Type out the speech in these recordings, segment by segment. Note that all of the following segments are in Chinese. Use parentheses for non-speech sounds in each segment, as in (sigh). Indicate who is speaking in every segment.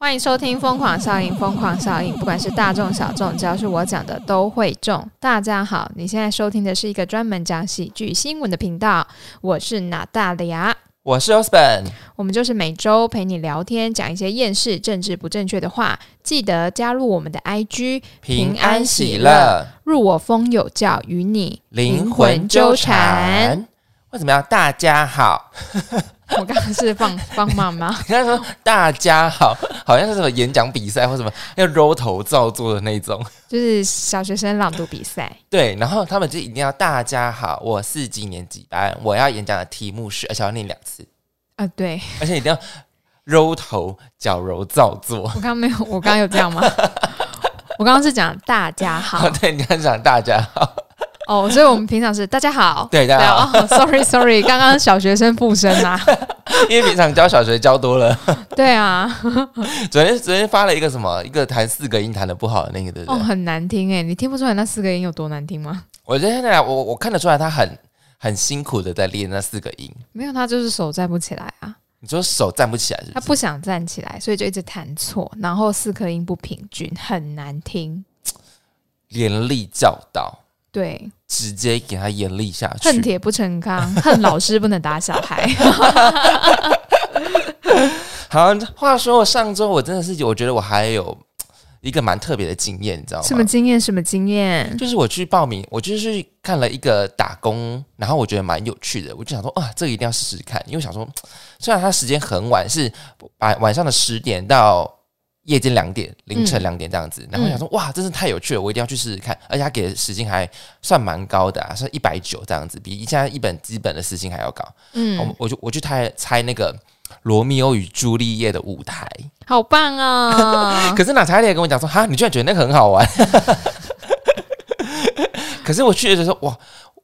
Speaker 1: 欢迎收听《疯狂效应》，疯狂效应，不管是大众小众，只要是我讲的都会中。大家好，你现在收听的是一个专门讲喜剧新闻的频道，我是娜大牙。
Speaker 2: 我是 Osborn，
Speaker 1: 我们就是每周陪你聊天，讲一些厌世、政治不正确的话。记得加入我们的 IG，
Speaker 2: 平安喜，乐，
Speaker 1: 入我风有教，与你
Speaker 2: 灵魂纠缠。。为什么要大家好？ (laughs)
Speaker 1: 我刚刚是放放妈妈，
Speaker 2: 你刚才说大家好，好像是什么演讲比赛或什么要揉头造作的那种。 (laughs)
Speaker 1: 就是小学生朗读比赛。
Speaker 2: 对，然后他们就一定要大家好，我是几年几班，我要演讲的题目是，而且要念两次，
Speaker 1: 啊、对
Speaker 2: 而且一定要揉头矫揉造作。
Speaker 1: 我刚刚没有，我刚刚有这样吗？我刚刚是讲大家好
Speaker 2: 哦， (laughs) 对，你要讲大家好，
Speaker 1: 哦，所以我们平常是大家好，
Speaker 2: 对大家好，
Speaker 1: 对哦，sorry sorry，刚刚小学生附身啊，
Speaker 2: 因为平常教小学教多了。 (laughs)
Speaker 1: 对啊，
Speaker 2: 昨天昨天发了一个什么，一个弹四个音弹的不好的那个，对不
Speaker 1: 哦，
Speaker 2: 对？
Speaker 1: 很难听哎，你听不出来那四个音有多难听吗？
Speaker 2: 我觉得那我我看得出来他很很辛苦的在练那四个音。
Speaker 1: 没有，他就是手站不起来啊，
Speaker 2: 你说手站不起来是
Speaker 1: 他
Speaker 2: 不是？
Speaker 1: 不想站起来，所以就一直弹错，然后四颗音不平均，很难听，
Speaker 2: 严厉教导，
Speaker 1: 对，
Speaker 2: 直接给他严厉下
Speaker 1: 恨
Speaker 2: 去。
Speaker 1: 铁不成钢，恨老师不能打小孩，
Speaker 2: 好，话说我上周我真的是，我觉得我还有一个蛮特别的经验，你知道
Speaker 1: 什么
Speaker 2: 吗？
Speaker 1: 经验，什么经验，
Speaker 2: 就是我去报名，我就是去看了一个打工，然后我觉得蛮有趣的，我就想说啊，这个一定要试试看，因为我想说，虽然它时间很晚，是晚晚上的十点到夜间两点、凌晨两点这样子，然后我想说哇，真是太有趣了，我一定要去试试看，而且它给的时薪还算蛮高的、啊，算一百九这样子，比现在一本基本的时薪还要高。
Speaker 1: 嗯
Speaker 2: 我，我就我就猜猜那个。罗密欧与朱丽叶的舞台，
Speaker 1: 好棒啊、
Speaker 2: 可是哪查理也跟我讲说，哈，你居然觉得那个很好玩。 (laughs) 可是我去的时候，哇，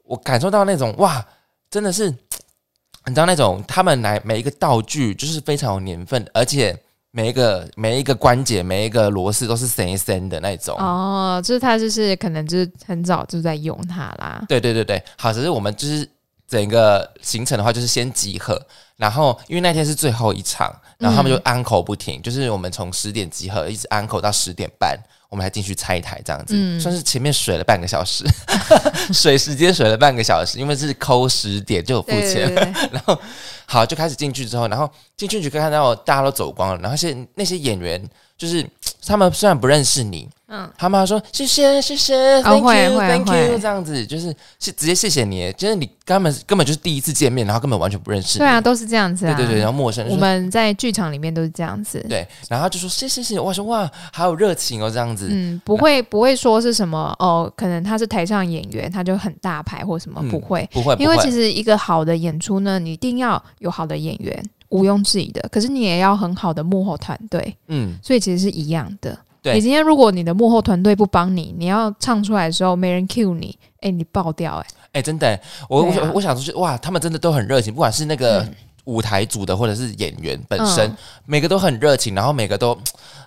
Speaker 2: 我感受到那种哇，真的是，你知道那种他们来每一个道具就是非常有年份，而且每一个每一个关节、每一个螺丝都是生一生的那种。
Speaker 1: 哦，就是他就是可能就是很早就在用它啦，
Speaker 2: 对对对对，好，只是我们就是整个行程的话，就是先集合，然后因为那天是最后一场，然后他们
Speaker 1: 嗯
Speaker 2: 就安口不停，就是我们从十点集合，一直安口到十点半，我们还进去拆台这样子，
Speaker 1: 嗯
Speaker 2: 算是前面水了半个小时， (laughs) 水时间水了半个小时，因为是扣十点就有付
Speaker 1: 对
Speaker 2: 钱，
Speaker 1: 对对对
Speaker 2: 然后好就开始进去之后，然后进去就看到大家都走光了，然后现那些演员就是他们虽然不认识你，
Speaker 1: 嗯哦
Speaker 2: 嗯，他们还说谢谢谢谢，thank
Speaker 1: 会会
Speaker 2: you，thank
Speaker 1: 会
Speaker 2: you，这样子就是是直接谢谢你，就是你根本根本就是第一次见面，然后根本完全不认识你，
Speaker 1: 对啊，都是这样子
Speaker 2: 对
Speaker 1: 啊，
Speaker 2: 对对，然后陌生人
Speaker 1: 我
Speaker 2: 就说
Speaker 1: 们在剧场里面都是这样子，
Speaker 2: 对，然后他就说谢谢谢谢，我说哇，好有热情哦，这样子，
Speaker 1: 嗯，不会不会说是什么哦，可能他是台上演员，他就很大牌或什么，
Speaker 2: 嗯
Speaker 1: 不会，
Speaker 2: 不会不
Speaker 1: 因为其
Speaker 2: 会，
Speaker 1: 实一个好的演出呢，你一定要有好的演员，毋庸置疑的。可是你也要很好的幕后团队，
Speaker 2: 嗯，
Speaker 1: 所以其实是一样的。
Speaker 2: 对
Speaker 1: 你今天如果你的幕后团队不帮你，你要唱出来的时候没人 cue 你，哎，你爆掉哎、
Speaker 2: 哎，真的，我我
Speaker 1: 对啊
Speaker 2: 想我想说就哇，他们真的都很热情，不管是那个舞台组的或者是演员本身，
Speaker 1: 嗯
Speaker 2: 每个都很热情，然后每个都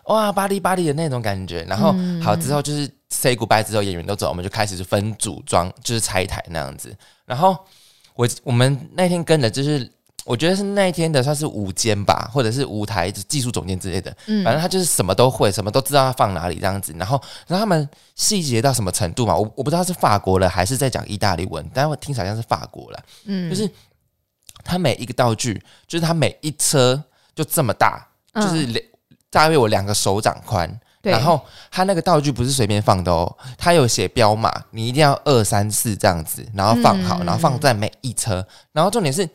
Speaker 2: 哇巴黎巴黎的那种感觉。然后、
Speaker 1: 嗯
Speaker 2: 好之后就是 say goodbye 之后，演员都走，我们就开始就分组装，就是拆台那样子。然后我我们那天跟的就是。我觉得是那一天的算是舞监吧，或者是舞台技术总监之类的，
Speaker 1: 嗯
Speaker 2: 反正他就是什么都会，什么都知道要放哪里这样子。然后，然后他们细节到什么程度嘛？我我不知道是法国人还是在讲意大利文，但我听起来像是法国了。
Speaker 1: 嗯，
Speaker 2: 就是它每一个道具，就是它每一车就这么大，
Speaker 1: 嗯
Speaker 2: 就是两大约我两个手掌宽。
Speaker 1: 对，
Speaker 2: 然后它那个道具不是随便放的哦，它有写标码，你一定要二三四这样子，然后放好，
Speaker 1: 嗯
Speaker 2: 然后放在每一车。然后重点是，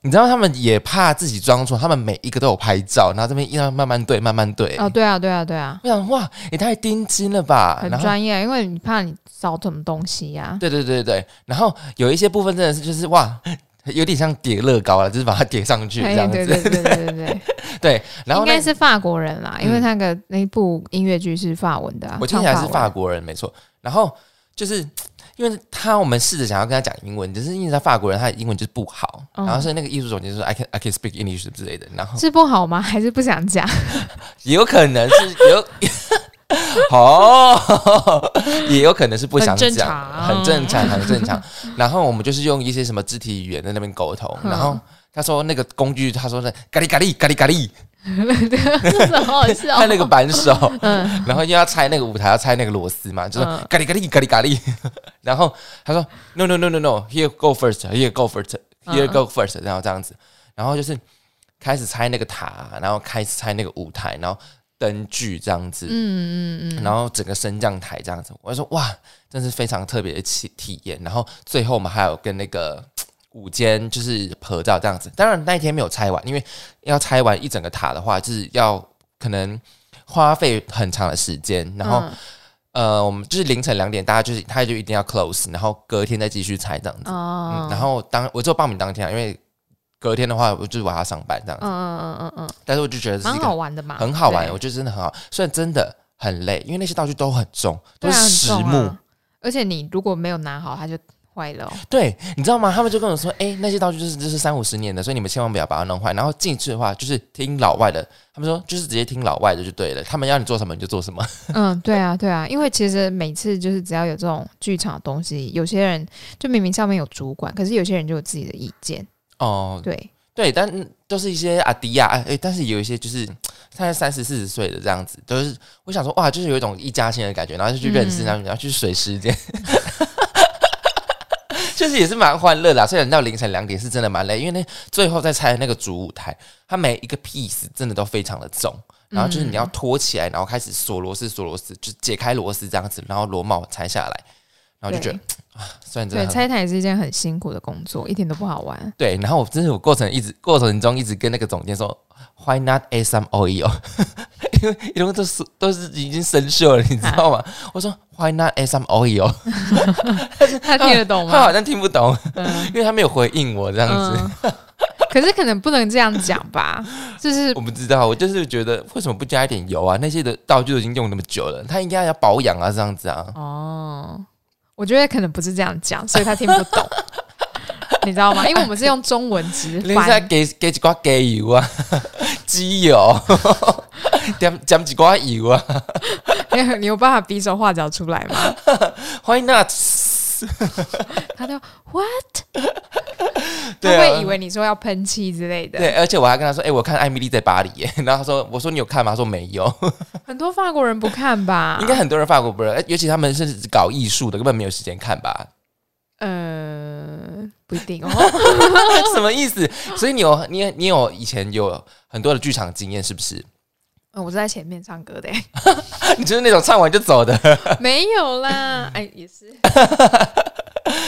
Speaker 2: 你知道他们也怕自己装错，他们每一个都有拍照，然后这边要慢慢对，慢慢对。
Speaker 1: 哦，对啊，对啊，对啊，
Speaker 2: 我想哇，也太钉金了吧！
Speaker 1: 很
Speaker 2: 然后
Speaker 1: 专业，因为你怕你少什么东西呀、
Speaker 2: 对对对对，然后有一些部分真的是就是哇，有点像叠乐高了，就是把它叠上去这
Speaker 1: 哎
Speaker 2: 样
Speaker 1: 对
Speaker 2: 子。
Speaker 1: 对对对对对，
Speaker 2: 对， (laughs) 然后
Speaker 1: 应
Speaker 2: 那
Speaker 1: 该是法国人啦，
Speaker 2: 嗯
Speaker 1: 因为那个那一部音乐剧是法文的、啊，
Speaker 2: 我听起来是
Speaker 1: 唱
Speaker 2: 法
Speaker 1: 文，
Speaker 2: 国人没错。然后就是因为他我们试着想要跟他讲英文，只是因为他法国人他的英文就是不好，
Speaker 1: 嗯
Speaker 2: 然后所以那个艺术总监就说 I can I can speak English 之类的，然后
Speaker 1: 是不好吗？ (laughs) 还是不想讲？
Speaker 2: 也有可能是有。 (laughs) 哦，也有可能是不想
Speaker 1: 很正
Speaker 2: 讲，
Speaker 1: 常
Speaker 2: 很正常，很正常。然后我们就是用一些什么肢体语言在那边沟通，
Speaker 1: 嗯
Speaker 2: 然后他说那个工具，他说那咖喱咖喱咖喱咖喱， (laughs)
Speaker 1: 好好笑哦。
Speaker 2: 他那个扳手，
Speaker 1: 嗯，
Speaker 2: 然后又要拆那个舞台，要拆那个螺丝嘛，就是
Speaker 1: 嗯
Speaker 2: 咖喱咖喱咖喱咖喱。 (laughs) 然后他说 no no no no no，here go first，here go first，here
Speaker 1: 嗯
Speaker 2: go first，然后这样子，然后就是开始拆那个塔，然后开始拆那个舞台，然后灯具这样子，
Speaker 1: (laughs) 嗯嗯嗯，
Speaker 2: 然后整个升降台这样子，我就说哇，真是非常特别的体体验。然后最后我们还有跟那个午间就是合照这样子，当然那一天没有拆完，因为要拆完一整个塔的话，就是要可能花费很长的时间。然后、
Speaker 1: 嗯
Speaker 2: 呃，我们就是凌晨两点，大家就是他就一定要 close，然后隔天再继续拆这样子。
Speaker 1: 哦
Speaker 2: 嗯，然后当我就报名当天、啊，因为隔天的话我就是我还要上班这样
Speaker 1: 嗯
Speaker 2: 子，
Speaker 1: 嗯嗯嗯嗯，
Speaker 2: 但是我就觉得这是
Speaker 1: 蛮
Speaker 2: 一
Speaker 1: 好
Speaker 2: 个
Speaker 1: 玩的嘛，
Speaker 2: 很好玩，
Speaker 1: 啊对
Speaker 2: 我觉得真的很好，虽然真的很累，因为那些道具都很重，都
Speaker 1: 对啊
Speaker 2: 是
Speaker 1: 很
Speaker 2: 实
Speaker 1: 重
Speaker 2: 木。
Speaker 1: 啊而且你如果没有拿好，它就坏了哦。
Speaker 2: 对，你知道吗？他们就跟我说，哎、那些道具就是就是三五十年的，所以你们千万不要把它弄坏。然后进去的话，就是听老外的，他们说就是直接听老外的就对了，他们要你做什么你就做什么。 (laughs)
Speaker 1: 嗯，对啊，对啊，因为其实每次就是只要有这种剧场的东西，有些人就明明上面有主管，可是有些人就有自己的意见。
Speaker 2: 哦，
Speaker 1: 对，
Speaker 2: 对，但嗯都是一些阿迪亚，哎、哎但是有一些就是现在三十四十岁的这样子，都、是我想说哇，就是有一种一家亲的感觉，然后就去认识
Speaker 1: 嗯
Speaker 2: 他们，然后去水时间。 (laughs) 就是也是蛮欢乐的、啊，虽然到凌晨两点是真的蛮累，因为那最后在拆那个主舞台，它每一个 piece 真的都非常的重，然后就是你要
Speaker 1: 嗯
Speaker 2: 拖起来，然后开始锁螺丝，锁螺丝，就解开螺丝这样子，然后螺帽拆下来，然后就觉得
Speaker 1: 对
Speaker 2: 啊，虽然真
Speaker 1: 对，
Speaker 2: 的很
Speaker 1: 拆台也是一件很辛苦的工作，一点都不好玩。
Speaker 2: 对，然后我真是我过程一直过程中一直跟那个总监说，Why not add some oil？因为因为都是都是已经生锈了，你知
Speaker 1: (laughs)
Speaker 2: 道吗？我说 Why not add some oil？
Speaker 1: 他听得懂
Speaker 2: (laughs) 他
Speaker 1: 吗
Speaker 2: (laughs) 好？像听不懂，
Speaker 1: 嗯
Speaker 2: 因为他没有回应我这样子。
Speaker 1: 嗯，可是可能不能这样讲吧，就是
Speaker 2: 我不知道，我就是觉得为什么不加一点油啊？那些的道具都已经用那么久了，他应该要保养啊，这样子啊。
Speaker 1: 哦，我觉得可能不是这样讲，所以他听不懂，
Speaker 2: (laughs)
Speaker 1: 你知道吗？因为我们是用中文直
Speaker 2: 你再
Speaker 1: 翻，
Speaker 2: 给给几挂给油啊， (laughs) 机油， (laughs) 点点几挂油啊
Speaker 1: (laughs) 你有你有办法比手画脚出来
Speaker 2: (laughs)
Speaker 1: 吗？
Speaker 2: ，Why not？
Speaker 1: 他就 what？他
Speaker 2: 对啊
Speaker 1: 会以为你说要喷漆之类的。
Speaker 2: 对，而且我还跟他说，哎、我看艾米丽在巴黎耶， (laughs) 然后他说，我说你有看吗？他说没有，
Speaker 1: 很多法国人不看吧？
Speaker 2: 应该很多人法国不认，哎尤其他们是搞艺术的，根本没有时间看吧？ (laughs)
Speaker 1: 呃不一定哦。
Speaker 2: 什么意思？所以你有你你有以前有很多的剧场经验是不是？ (laughs)
Speaker 1: 呃我是在前面唱歌的， (laughs)
Speaker 2: 你就是那种唱完就走的？ (laughs)
Speaker 1: 没有啦。哎，也是。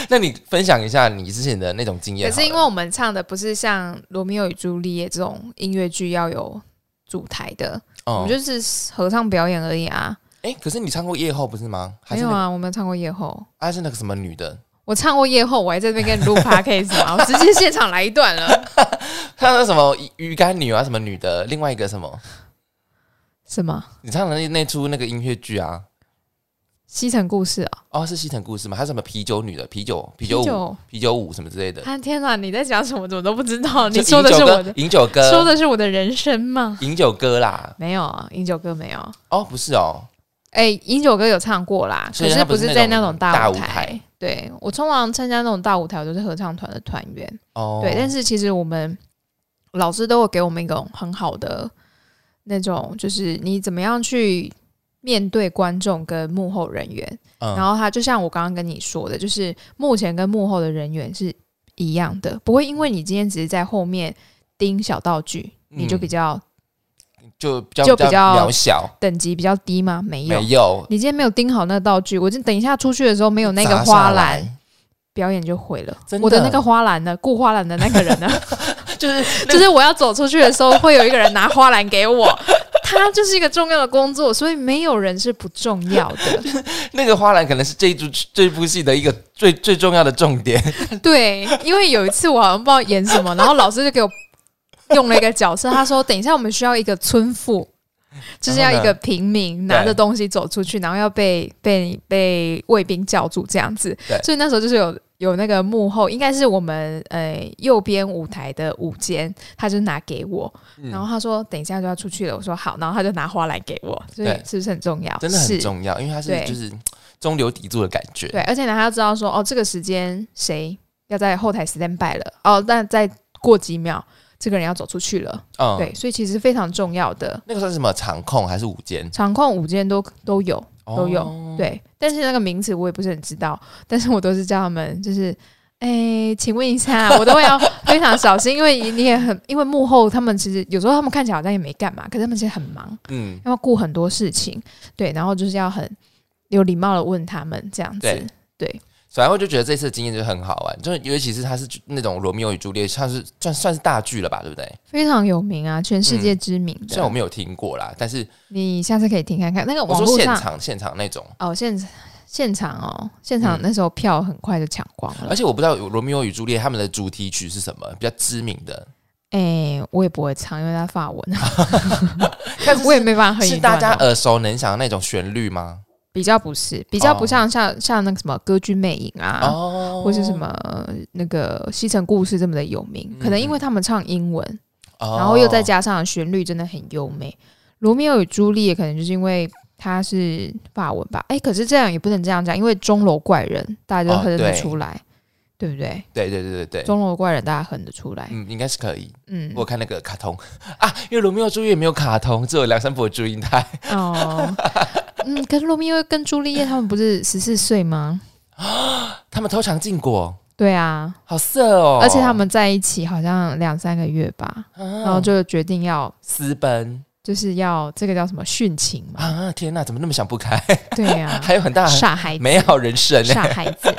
Speaker 2: 那你分享一下你之前的那种经验
Speaker 1: 可
Speaker 2: 好了？
Speaker 1: 是因为我们唱的不是像《罗密欧与朱丽叶》这种音乐剧要有主台的，我
Speaker 2: 哦
Speaker 1: 们，就是合唱表演而已啊。
Speaker 2: 哎、可是你唱过夜后不是吗？还
Speaker 1: 没
Speaker 2: 是
Speaker 1: 有
Speaker 2: 那个
Speaker 1: 啊，我没有唱过夜后。
Speaker 2: 还是那个什么女的？
Speaker 1: 我唱过夜后，我还在这边跟你录 podcast 嘛，
Speaker 2: (laughs)
Speaker 1: 我直接现场来一段了。
Speaker 2: 唱的什么鱼鱼竿女啊？什么女的？另外一个什么？
Speaker 1: 什么
Speaker 2: 你唱的那那出那个音乐剧啊？
Speaker 1: 西城故事哦？
Speaker 2: 哦，是西城故事吗？还有什么啤酒女的啤酒啤
Speaker 1: 啤
Speaker 2: 酒舞啤酒舞什么之类的？
Speaker 1: 啊天哪，你在讲什么？怎么都不知
Speaker 2: (laughs)
Speaker 1: 道？你
Speaker 2: 就
Speaker 1: 说的
Speaker 2: 饮
Speaker 1: 是
Speaker 2: 酒
Speaker 1: 我
Speaker 2: 歌
Speaker 1: 的，
Speaker 2: 饮酒歌，
Speaker 1: 说的是我的人生吗？
Speaker 2: 饮酒歌啦。
Speaker 1: 没有啊，饮酒哥没有。
Speaker 2: 哦，不是哦，
Speaker 1: 哎、饮酒哥有唱过啦，
Speaker 2: 所
Speaker 1: 可
Speaker 2: 以
Speaker 1: 是
Speaker 2: 他
Speaker 1: 不
Speaker 2: 不是
Speaker 1: 在那
Speaker 2: 那种
Speaker 1: 种大
Speaker 2: 大
Speaker 1: 舞
Speaker 2: 舞台
Speaker 1: 对我通常参加那种大舞台，我都是合唱团的团员。
Speaker 2: 哦，
Speaker 1: 对，但
Speaker 2: 是
Speaker 1: 是其实我们老师都有给我们一种很好的那种，就是你怎么样去面对观众跟幕后人员。
Speaker 2: 嗯
Speaker 1: 然后他就像我刚刚跟你说的，就是幕前跟幕后的人员是一样的，不会因为你今天只是在后面盯小道具，你就
Speaker 2: 嗯
Speaker 1: 比较
Speaker 2: 就比较
Speaker 1: 就
Speaker 2: 比
Speaker 1: 比较
Speaker 2: 较渺小，
Speaker 1: 等级比较低吗？没有
Speaker 2: 没。有
Speaker 1: 你今天没有盯好那个道具，我就等一下出去的时候没有那个
Speaker 2: 砸下
Speaker 1: 花篮，
Speaker 2: 来，
Speaker 1: 表演就毁了。
Speaker 2: 真的
Speaker 1: 我的那个花篮呢？顾花篮的那个人呢？
Speaker 2: (laughs)
Speaker 1: (laughs)
Speaker 2: 就是
Speaker 1: 就是我要走出去的时候，会有一个人拿花篮给我。 (laughs) 它就是一个重要的工作，所以没有人是不重要的。
Speaker 2: 那个花篮可能是这一出这部戏的一个最最重要的重点。
Speaker 1: 对，因为有一次我好像不知道演什么，然后老师就给我用了一个角色，他说：“等一下我们需要一个村妇，就是要一个平民
Speaker 2: 然
Speaker 1: 拿
Speaker 2: 后呢
Speaker 1: 着东西走出去，然后要被被被卫兵叫住这样子。
Speaker 2: 对”
Speaker 1: 所以那时候就是有有那个幕后，应该是我们呃右边舞台的舞间，他就拿给我，(laughs)
Speaker 2: 嗯
Speaker 1: 然后他说等一下就要出去了，我说好，然后他就拿花来给我，所以
Speaker 2: 对
Speaker 1: 是不是很重要？
Speaker 2: 嗯真的很
Speaker 1: 是
Speaker 2: 重要，因为它是
Speaker 1: 对
Speaker 2: 就是中流砥柱的感觉。
Speaker 1: 对，而且呢，他要知道说哦，这个时间谁要在后台 stand by 了，哦，那在过几秒，这个人要走出去了。
Speaker 2: 嗯，
Speaker 1: 对，，所以其实非常重要的，
Speaker 2: 那个算是什么场控还是舞间？
Speaker 1: 场控五间都都有。都有
Speaker 2: 哦，
Speaker 1: 对，但是那个名词我也不是很知道，但是我都是叫他们就是。哎，请问一下，
Speaker 2: (laughs)
Speaker 1: 我都会要非常小心，因为你也很，因为幕后他们其实有时候他们看起来好像也没干嘛，可是他们其实很忙，
Speaker 2: 嗯，
Speaker 1: 要顾很多事情，对，然后就是要很有礼貌的问他们这样
Speaker 2: 对
Speaker 1: 子，
Speaker 2: 反正我就觉得这次的经验就很好玩，就是尤其是它是那种罗密欧与朱丽叶，像是算算是大剧了吧，对不对？
Speaker 1: 非常有名啊，全世界知名的，
Speaker 2: 虽嗯然我没有听过啦，但是
Speaker 1: 你下次可以听看看那个
Speaker 2: 我
Speaker 1: 网
Speaker 2: 说
Speaker 1: 络
Speaker 2: 现
Speaker 1: 上
Speaker 2: 场现场那种，
Speaker 1: 哦，现现场哦，现场
Speaker 2: 嗯
Speaker 1: 那时候票很快就抢光了
Speaker 2: 而，且我不知道有罗密欧与朱丽叶他们的主题曲是什么，比较知名的，
Speaker 1: 哎、我也不会唱，因为他法
Speaker 2: (laughs)
Speaker 1: 文，
Speaker 2: 但
Speaker 1: (laughs)
Speaker 2: 是
Speaker 1: 我也没办法很
Speaker 2: 是
Speaker 1: 一段
Speaker 2: 大家
Speaker 1: 哦
Speaker 2: 耳熟能详的那种旋律吗？
Speaker 1: 比较不是，比较
Speaker 2: 哦
Speaker 1: 不像像、像那个什么《歌剧魅影》啊，
Speaker 2: 哦，
Speaker 1: 或是什么呃那个《西城故事》这么的有名。
Speaker 2: 嗯
Speaker 1: 可能因为他们唱英文，
Speaker 2: 哦，
Speaker 1: 然后又再加上旋律真的很优美。罗密欧与朱丽叶可能就是因为它是法文吧？哎、可是这样也不能这样讲，因为钟楼怪人大家都
Speaker 2: 哦
Speaker 1: 哼得
Speaker 2: 对
Speaker 1: 出来，对不对？
Speaker 2: 对对对对对，
Speaker 1: 钟楼怪人大家哼得出来，
Speaker 2: 嗯，应该是可以。
Speaker 1: 嗯，
Speaker 2: 我看那个卡通啊，因为罗密欧朱丽叶没有卡通，只有梁山伯与祝英台。
Speaker 1: 哦，嗯，可是罗密欧跟朱丽叶他们不是十四岁吗？
Speaker 2: (laughs) 他们偷尝禁果，
Speaker 1: 对啊，
Speaker 2: 好色哦！
Speaker 1: 而且他们在一起好像两三个月吧，
Speaker 2: 嗯，
Speaker 1: 然后就决定要
Speaker 2: 私奔
Speaker 1: 就是要这个叫什么殉情嘛？
Speaker 2: 啊！天哪，怎么那么想不开？ (laughs)
Speaker 1: 对呀、
Speaker 2: 还有很大
Speaker 1: 傻孩子，
Speaker 2: 美好人生呢。
Speaker 1: 傻孩子，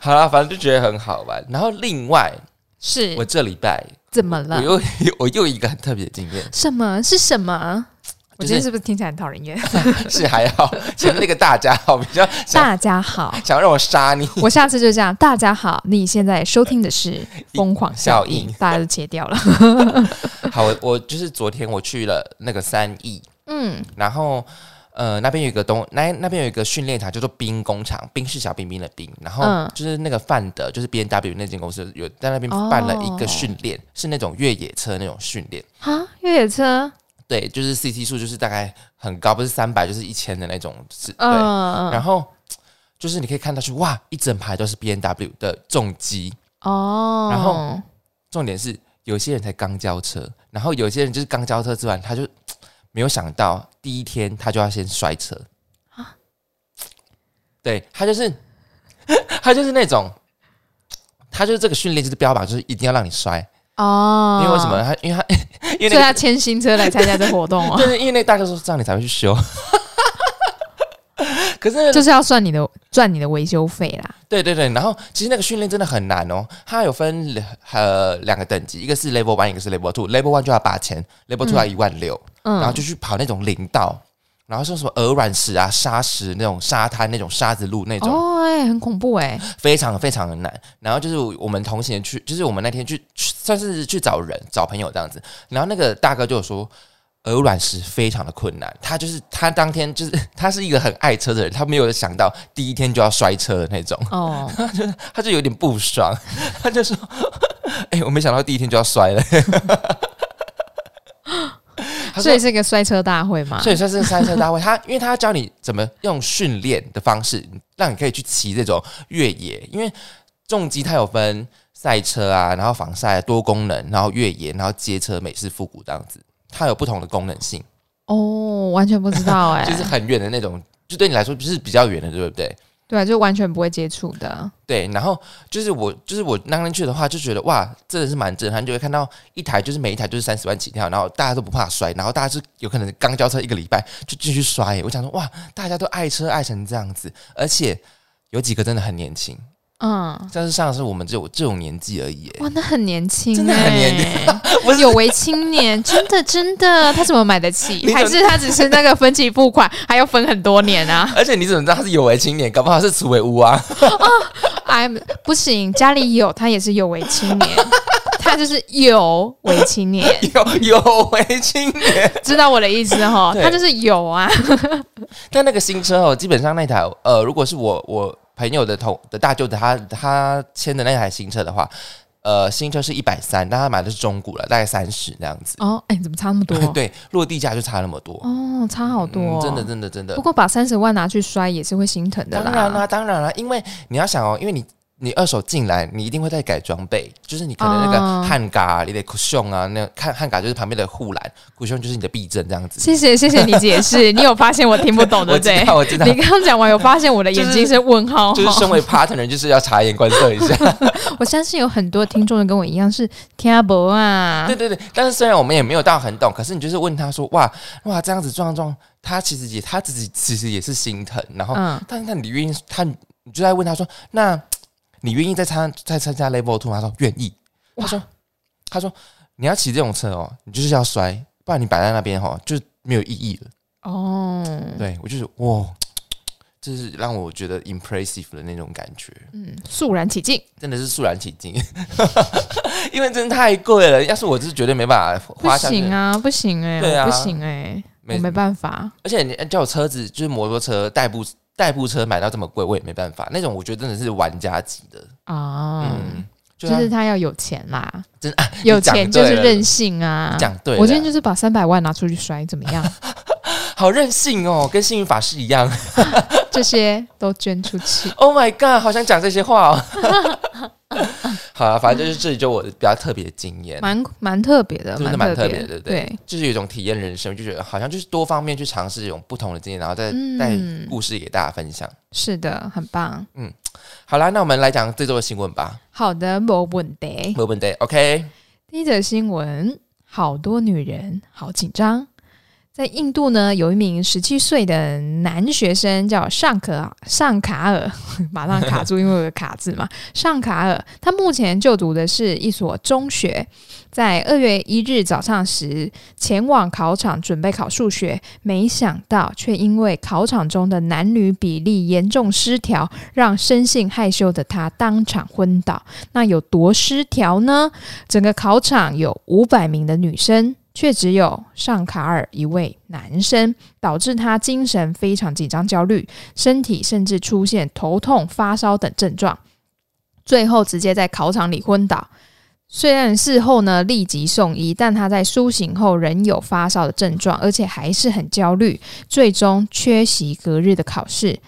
Speaker 2: 好啦，反正就觉得很好玩。然后另外，
Speaker 1: 是
Speaker 2: (laughs) 我这礼拜
Speaker 1: 怎么
Speaker 2: 我
Speaker 1: 了？
Speaker 2: 又 (laughs) 我又一个很特别的经验，
Speaker 1: 什么是什么？我
Speaker 2: 就
Speaker 1: 今天
Speaker 2: 是
Speaker 1: 是不是听起来很讨人厌？
Speaker 2: (laughs) 是啊还
Speaker 1: (laughs)
Speaker 2: 好前面那个大家好比较想
Speaker 1: 大家好，
Speaker 2: 想让我杀你，
Speaker 1: 我下次就这样。大家好，你现在收听的是《疯狂效
Speaker 2: 效
Speaker 1: 应
Speaker 2: 应》，
Speaker 1: 大家都切掉
Speaker 2: (laughs)
Speaker 1: 了。
Speaker 2: 好，我我就是昨天我去了那个三义，
Speaker 1: 嗯，
Speaker 2: 然后呃那边有一个东那那边有一个训练场叫做兵工厂，兵是小兵兵的兵，然后
Speaker 1: 嗯
Speaker 2: 就是那个范德就是 B N W 那间公司有在那边办了一个训练，是那种越野车那种训练，
Speaker 1: 哈，越野车，
Speaker 2: 对，就是 C T 数就是大概很高，不是三百就是一千的那种，是对，
Speaker 1: 嗯，
Speaker 2: 然后。就是你可以看到去哇，一整排都是 B N W 的重机，
Speaker 1: 哦，
Speaker 2: 然后重点是有些人才刚交车，然后有些人就是刚交车之完，他就没有想到第一天他就要先摔车
Speaker 1: 啊
Speaker 2: 对他就是 (laughs) 他就是那种，他就是这个训练就是标榜就是一定要让你摔，
Speaker 1: 哦，
Speaker 2: 因为为什么？他因为他因为
Speaker 1: 所以
Speaker 2: 那
Speaker 1: 他
Speaker 2: 个
Speaker 1: 牵新车来参加这活动
Speaker 2: (laughs)
Speaker 1: 哦，
Speaker 2: 就是因为那个大哥说这样你才会去修。 (laughs) 可是那个
Speaker 1: 就是要算你的赚你的维修费啦。
Speaker 2: 对对对，然后其实那个训练真的很难哦，它有分呃两个等级，一个是 Level One，一个是 Level Two，Level One 就要八千，Level Two 要一万六、
Speaker 1: 嗯，
Speaker 2: 然后就去跑那种林道，然后说什么鹅卵石啊、沙石那种沙滩那种沙子路那种，
Speaker 1: 哦，哎、很恐怖哎、
Speaker 2: 非常非常的难。然后就是我们同行去，就是我们那天去去算是去找人找朋友这样子，然后那个大哥就有说。鹅卵石非常的困难，他就是他当天就是 (laughs) 他是一个很爱车的人，他没有想到第一天就要摔车的那种，
Speaker 1: 哦，
Speaker 2: 他就有点不爽， (laughs) 他就说：“哎、我没想到第一天就要摔了。 (laughs) 他说
Speaker 1: 所以是个摔车大
Speaker 2: (laughs)
Speaker 1: 会嘛。
Speaker 2: 所以算是赛车大会，他因为他要教你怎么用训练的方式，让你可以去骑这种越野，因为重机它有分赛车啊，然后防晒、多功能，然后越野，然后街车、美式复古这样子，它有不同的功能性，
Speaker 1: 哦，完全不知道哎、
Speaker 2: (laughs) 就是很远的那种，就对你来说就是比较远的，对不对？
Speaker 1: 对啊，就完全不会接触的。
Speaker 2: 对，然后就是我，就是我那天去的话，就觉得哇，真的是蛮震撼，就会看到一台就是每一台就是三十万起跳，然后大家都不怕摔，然后大家是有可能刚交车一个礼拜就继续摔，我想说哇，大家都爱车爱成这样子，而且有几个真的很年轻，
Speaker 1: 嗯，
Speaker 2: 但是像是我们这种这种年纪而已耶， (laughs)
Speaker 1: 哇，那很年轻、欸，
Speaker 2: 真的很年不
Speaker 1: 轻
Speaker 2: 是
Speaker 1: 有为青年，真的真的，他怎么买得起？
Speaker 2: 你怎么
Speaker 1: 还是他只是那个分期付款，还要分很多年啊？
Speaker 2: 而且你怎么知道他是有为青年？搞不好是楚尾屋啊， (laughs)
Speaker 1: 哎，不行，家里有，他也是有为青
Speaker 2: (laughs)
Speaker 1: 年，他就是有为青年，
Speaker 2: 有有为青年。
Speaker 1: 知道我的意思哈？
Speaker 2: 对
Speaker 1: 他就是有啊，
Speaker 2: 但那个新车哦，基本上那台呃，如果是我我朋友的同的大舅子他他签的那台新车的话，呃，新车是一百三，但他买的是中古了，大概三十那样子。
Speaker 1: 哦，哎、你怎么差那么 (laughs) 多？
Speaker 2: (laughs) 对，落地价就差那么多，
Speaker 1: 哦，差好多、哦
Speaker 2: 嗯真的真的真的
Speaker 1: 不。过把三十万拿去摔也是会心疼的
Speaker 2: 当
Speaker 1: 啦。
Speaker 2: 然啦、当然啦、因为你要想哦，因为你你二手进来，你一定会再改装备，就是你可能那个
Speaker 1: 哦
Speaker 2: 焊嘎、啊、你的 cushion 啊，那个焊焊嘎就是旁边的护栏，cushion 就是你的避震这样子。
Speaker 1: 谢谢谢谢你解
Speaker 2: (laughs)
Speaker 1: 释，你有发现我听不懂对
Speaker 2: 我
Speaker 1: 不对
Speaker 2: 知？道，我知道
Speaker 1: 你，哦刚刚讲完有发现我的眼睛是问号
Speaker 2: 就是身
Speaker 1: 哈。
Speaker 2: 为 partner 就是要察言观色一下。
Speaker 1: (laughs) 我相信有很多听众跟我一样是听不啊
Speaker 2: 对，对对，但是虽然我们也没有到很懂，可是你就是问他说，哇哇这样子撞撞，他其实也他自己其实也是心疼，然后，
Speaker 1: 嗯，
Speaker 2: 但是他你愿意他你就在问他说，那你愿意再参再参加 level two 吗？他说愿意，他说他说你要骑这种车哦，你就是要摔，不然你摆在那边哦，就没有意义了。
Speaker 1: 哦，
Speaker 2: 对我就是哇，这是让我觉得 impressive 的那种感觉。
Speaker 1: 嗯，肃然起敬。
Speaker 2: 真的是肃然起敬， (laughs) 因为真的太贵了。要是我，是绝对没办法
Speaker 1: 不
Speaker 2: 花下去。
Speaker 1: 行啊，不行哎、
Speaker 2: 对啊
Speaker 1: 我不行哎、
Speaker 2: 没
Speaker 1: 我没办法。
Speaker 2: 而且你呃叫我车子就是摩托车代步代步车买到这么贵，我也没办法。那种我觉得真的是玩家级的，
Speaker 1: 啊、
Speaker 2: 嗯，就
Speaker 1: 就是
Speaker 2: 是
Speaker 1: 他要有钱啦，
Speaker 2: 真啊
Speaker 1: 有钱
Speaker 2: 你讲
Speaker 1: 就
Speaker 2: 对
Speaker 1: 是
Speaker 2: 了
Speaker 1: 任性啊
Speaker 2: 他。讲对了，
Speaker 1: 我今天就是把三百万拿出去摔，怎么
Speaker 2: (laughs)
Speaker 1: 样？
Speaker 2: 好任性哦，跟幸运法师一样。 (laughs)
Speaker 1: 这些都捐出去。
Speaker 2: Oh my god，好想讲这些话哦。 (laughs) 好啊，反正就是这里就我比较特别的经验，
Speaker 1: 蛮蛮特别的，
Speaker 2: 真的蛮
Speaker 1: 蛮
Speaker 2: 特别
Speaker 1: 别
Speaker 2: 的，对不对
Speaker 1: 对，
Speaker 2: 就是有一种体验人生，就觉得好像就是多方面去尝试一种不同的经验，然后再带
Speaker 1: 嗯，
Speaker 2: 故事给大家分享。
Speaker 1: 是的，很棒。
Speaker 2: 好啦，那我们来讲这周的新闻吧。
Speaker 1: 好的，没问题。
Speaker 2: 没问题，OK。
Speaker 1: 第一则新闻：好多女人好紧张。在印度呢，有一名十七岁的男学生叫尚可尚卡尔， (laughs) 马上卡住，因为有个卡字嘛。尚卡尔，他目前就读的是一所中学，在二月一日早上时前往考场准备考数学，没想到却因为考场中的男女比例严重失调，让生性害羞的他当场昏倒。那有多失调呢？整个考场有五百名的女生，却只有尚卡尔一位男生，导致他精神非常紧张、焦虑，身体甚至出现头痛、发烧等症状，最后直接在考场里昏倒。虽然事后呢立即送医，但他在苏醒后仍有发烧的症状，而且还是很焦虑，最终缺席隔日的考试。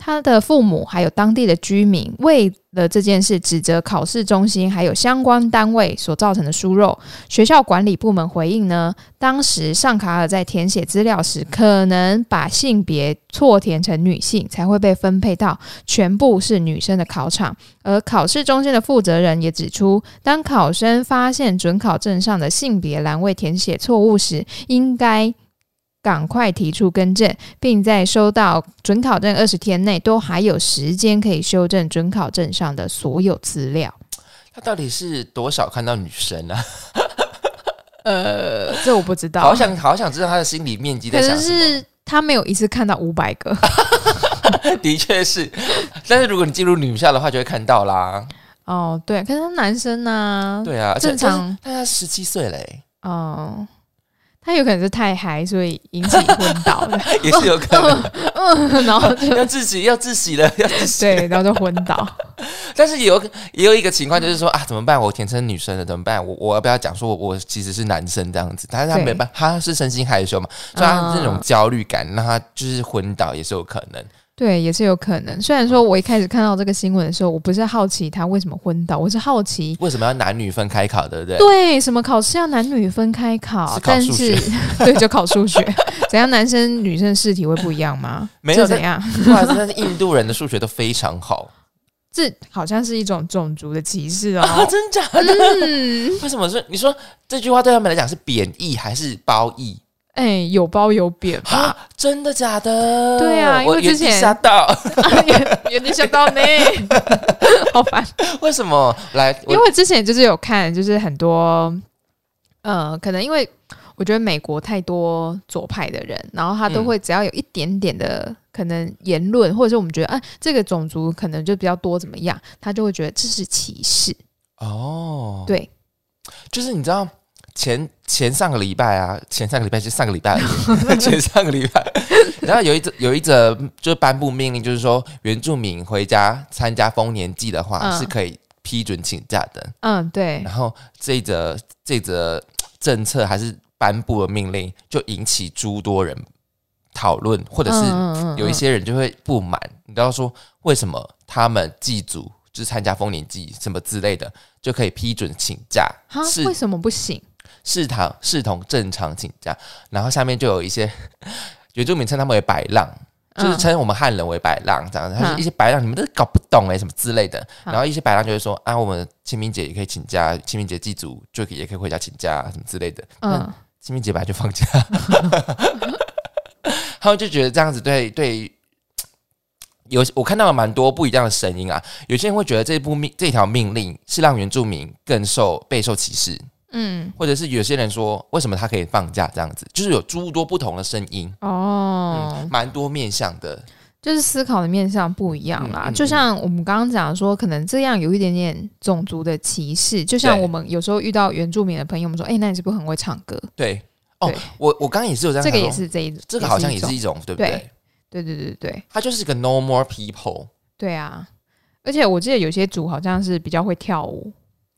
Speaker 1: 他的父母还有当地的居民为了这件事指责考试中心还有相关单位所造成的疏漏。学校管理部门回应呢，当时尚卡尔在填写资料时，可能把性别错填成女性，才会被分配到全部是女生的考场。而考试中心的负责人也指出，当考生发现准考证上的性别栏位填写错误时，应该赶快提出更正，并在收到准考证二十天内都还有时间可以修正准考证上的所有资料。
Speaker 2: 他到底是多少看到女生啊？
Speaker 1: 呃， (laughs) 这我不知道，
Speaker 2: 好想好想知道他的心理面积
Speaker 1: 可
Speaker 2: 在想
Speaker 1: 能
Speaker 2: 什么。
Speaker 1: 是他没有一次看到五百个 (laughs)
Speaker 2: (laughs) 的确是，但是如果你进入女校的话，就会看到啦。
Speaker 1: 哦，对，可是他男生呢、
Speaker 2: 对啊，而
Speaker 1: 嗯
Speaker 2: 且
Speaker 1: 正常
Speaker 2: 但是他十七岁嘞， (laughs)
Speaker 1: 哦。他有可能是太嗨，所以引起昏倒
Speaker 2: (laughs)
Speaker 1: 的，
Speaker 2: 也是有可能
Speaker 1: 嗯，然后就
Speaker 2: 要自己要自喜了，要自喜。
Speaker 1: 对，
Speaker 2: (laughs)
Speaker 1: 然后就昏倒。
Speaker 2: 但是也有也有一个情况就是说啊，怎么办？我填成女生了，怎么办？我我要不要讲说我我其实是男生这样子？但是他
Speaker 1: 对
Speaker 2: 没办法，他是身心害羞嘛，所以他那种
Speaker 1: 嗯
Speaker 2: 焦虑感让他就是昏倒也是有可能。
Speaker 1: 对，也是有可能。虽然说我一开始看到这个新闻的时候，我不是好奇他为什么昏倒，我是好奇
Speaker 2: 为什么要男女分开考？对不对？
Speaker 1: 对什么考试要男女分开考，
Speaker 2: 是考
Speaker 1: 但
Speaker 2: 数
Speaker 1: 是 (laughs)
Speaker 2: 学
Speaker 1: 对就考数学， (laughs) 怎样男生女生试题会不一样吗？
Speaker 2: 没
Speaker 1: 这
Speaker 2: 有
Speaker 1: 怎样，
Speaker 2: 不好意思，但是印度人的数学都非常好
Speaker 1: 这好像是一种种族的歧视
Speaker 2: 啊，
Speaker 1: 哦。
Speaker 2: (laughs) 真假的？
Speaker 1: 嗯，
Speaker 2: 为什么说你说这句话对他们来讲是贬义还是褒义？
Speaker 1: 哎、有褒有贬吧？
Speaker 2: 啊，真的假的？
Speaker 1: 对啊因为
Speaker 2: 我原地
Speaker 1: 之前
Speaker 2: 吓到， (laughs)
Speaker 1: (laughs) 有有点想到呢， (laughs) 好烦。
Speaker 2: 为什么？来，
Speaker 1: 呃因
Speaker 2: 我
Speaker 1: 为之前就是有看，就是很多，呃，可能因为我觉得美国太多左派的人，然后他都
Speaker 2: 嗯
Speaker 1: 会只要有一点点的可能言论，或者是我们觉得，啊，这个种族可能就比较多怎么样，他就会觉得这是歧视。
Speaker 2: 哦，
Speaker 1: 对，
Speaker 2: 就是你知道前前上个礼拜啊，前上个礼拜是上个礼拜
Speaker 1: (laughs)
Speaker 2: 而已，前上个礼拜，然后有一则有一则就是颁布命令，就是说原住民回家参加丰年祭的话、
Speaker 1: 嗯
Speaker 2: 是可以批准请假的，
Speaker 1: 嗯，对，
Speaker 2: 然后这一则这一则政策还是颁布了命令，就引起诸多人讨论，或者是
Speaker 1: 嗯嗯嗯
Speaker 2: 有一些人就会不满，你知道说为什么他们祭祖就是参加丰年祭什么之类的，就可以批准请假
Speaker 1: 哈，，
Speaker 2: 是
Speaker 1: 为什么不行？
Speaker 2: 视堂视同正常请假，然后下面就有一些 (laughs) 原住民称他们为白浪，就是
Speaker 1: 嗯
Speaker 2: 称我们汉人为白浪这样子。他
Speaker 1: 嗯
Speaker 2: 是一些白浪，你们都搞不懂哎、什么之类的。
Speaker 1: 好
Speaker 2: 然后一些白浪就会说啊，我们清明节也可以请假，清明节祭祖就也可以回家请假啊什么之类的。
Speaker 1: 嗯，
Speaker 2: 清明节本来就放假， (laughs) 他们就觉得这样子对对。有我看到了蛮多不一样的声音啊，有些人会觉得这部命这条命令是让原住民更受备受歧视，
Speaker 1: 嗯，
Speaker 2: 或者是有些人说为什么他可以放假这样子，就是有诸多不同的声音，
Speaker 1: 哦，
Speaker 2: 嗯，蛮多面向的，
Speaker 1: 就是思考的面向不一样啦。
Speaker 2: 嗯嗯嗯
Speaker 1: 就像我们刚刚讲说，可能这样有一点点种族的歧视。就像
Speaker 2: 对
Speaker 1: 我们有时候遇到原住民的朋友，我们说：“哎、那你是不是很会唱歌
Speaker 2: 对。哦
Speaker 1: 对，
Speaker 2: 我我刚刚也是有这样
Speaker 1: 这
Speaker 2: 想说，
Speaker 1: 个也是这一，
Speaker 2: 哦这个好像也
Speaker 1: 一
Speaker 2: 是
Speaker 1: 种
Speaker 2: 一种，对不对？
Speaker 1: 对对对对对
Speaker 2: 它就是一个 no more people
Speaker 1: 对啊！而且我记得有些族好像是比较会跳舞，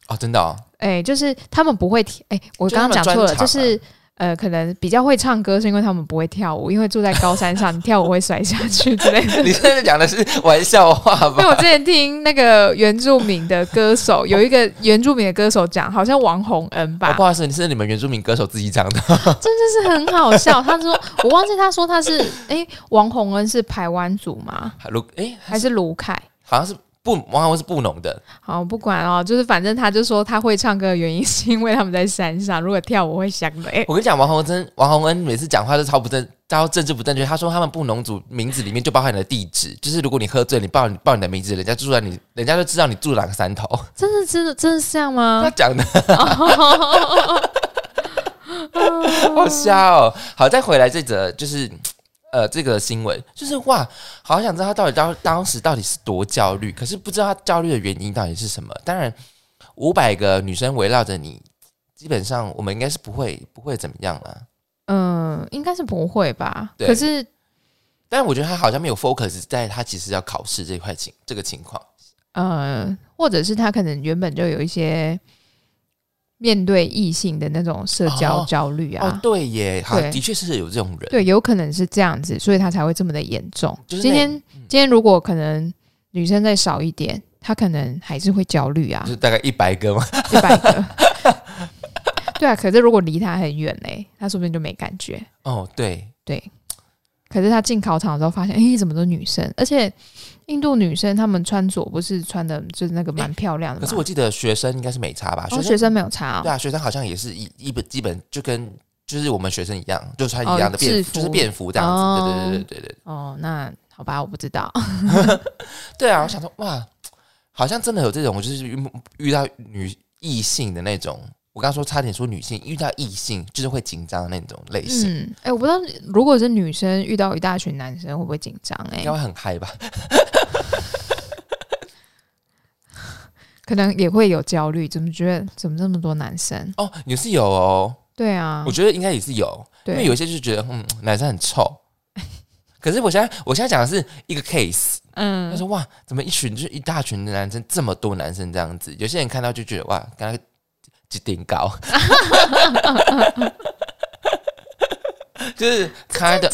Speaker 2: 哦，真的、哦， (laughs)
Speaker 1: 哎、就是他们不会跳，哎、我
Speaker 2: 就是他
Speaker 1: 刚
Speaker 2: 们
Speaker 1: 刚讲错了，
Speaker 2: 专
Speaker 1: 就
Speaker 2: 长啊
Speaker 1: 是。呃，可能比较会唱歌，是因为他们不会跳舞，因为住在高山上，你跳舞会摔下去之类的。
Speaker 2: (laughs) 你现在讲的是玩笑话
Speaker 1: (laughs) 因为我
Speaker 2: 吧？
Speaker 1: 之前听那个原住民的歌手，有一个原住民的歌手讲，好像王洪恩
Speaker 2: 哦
Speaker 1: 吧
Speaker 2: 不，好意思，是你们原住民歌手自己讲的， (laughs)
Speaker 1: 真的是很好笑。他说，我忘记他说他是，哎、王洪恩是台湾族吗？
Speaker 2: 卢哎，
Speaker 1: 还是卢凯？
Speaker 2: 好像是布，王好像是布农的，
Speaker 1: 好，不管哦，就是反正他就说他会唱歌的原因是因为他们在山上，如果跳舞会响的。哎、
Speaker 2: 我跟你讲，王洪真、王洪恩每次讲话都超不正，超政治不正确。他说他们布农族名字里面就包含你的地址，就是如果你喝醉，你报你报你的名字，人家就住在你，人家就知道你住哪个山头。
Speaker 1: 真的，真的，真的是这样
Speaker 2: 他
Speaker 1: 吗？ (laughs)
Speaker 2: 讲的好瞎哦。好，再回来这则就是。呃，这个新闻就是哇，好想知道他到底当当时到底是多焦虑，可是不知道他焦虑的原因到底是什么。当然，五百个女生围绕着你，基本上我们应该是不会不会怎么样了。
Speaker 1: 嗯，应该是不会吧？
Speaker 2: 对
Speaker 1: 可是
Speaker 2: 但我觉得他好像没有 focus 在他其实要考试这块情这个情况。
Speaker 1: 呃，或者是他可能原本就有一些面对异性的那种社交
Speaker 2: 哦
Speaker 1: 焦虑啊。
Speaker 2: 哦，对耶，好，
Speaker 1: 对
Speaker 2: 的确是有这种人。
Speaker 1: 对，有可能是这样子，所以他才会这么的严重。
Speaker 2: 就是
Speaker 1: 今
Speaker 2: 那
Speaker 1: 天、今天如果可能女生再少一点，她可能还是会焦虑啊
Speaker 2: 就，是大概一百个嘛。
Speaker 1: 一百个。 (laughs) 对啊，可是如果离他很远嘞，他说不定就没感觉。
Speaker 2: 哦，对，
Speaker 1: 可是他进考场的时候发现，诶，怎么都女生？而且印度女生她们穿着不是穿的，就是那个蛮漂亮的
Speaker 2: 可
Speaker 1: 嘛。
Speaker 2: 是我记得学生应该是没差吧？
Speaker 1: 哦，学生没有差
Speaker 2: 对
Speaker 1: 哦。
Speaker 2: 啊，学生好像也是一一本基本就跟就是我们学生一样，就穿一样的
Speaker 1: 哦
Speaker 2: 便
Speaker 1: 制
Speaker 2: 服，就是
Speaker 1: 服
Speaker 2: 便服这样子。
Speaker 1: 哦
Speaker 2: 对对对对对对
Speaker 1: 哦，那好吧，我不知道。
Speaker 2: 对啊！我想说，哇，好像真的有这种，就是遇遇到女异性的那种。我刚刚说差点说女性遇到异性就是会紧张的那种类型，
Speaker 1: 嗯，哎、我不知道，如果是女生遇到一大群男生，会不会紧张、
Speaker 2: 应
Speaker 1: 诶，
Speaker 2: 该会很嗨吧？
Speaker 1: 可能也会有焦虑，怎么觉得怎么这么多男生？
Speaker 2: 哦，你是有哦，
Speaker 1: 对啊
Speaker 2: 我，觉得应该也是有，因为
Speaker 1: 对
Speaker 2: 有，一些就觉得嗯，男生很臭。可是我现在我现在讲的是一个 case，他
Speaker 1: 嗯，
Speaker 2: 说哇，怎么一群就是一大群的男生，这么多男生这样子，有些人看到就觉得哇，刚刚几顶高， (laughs) 就是 kind of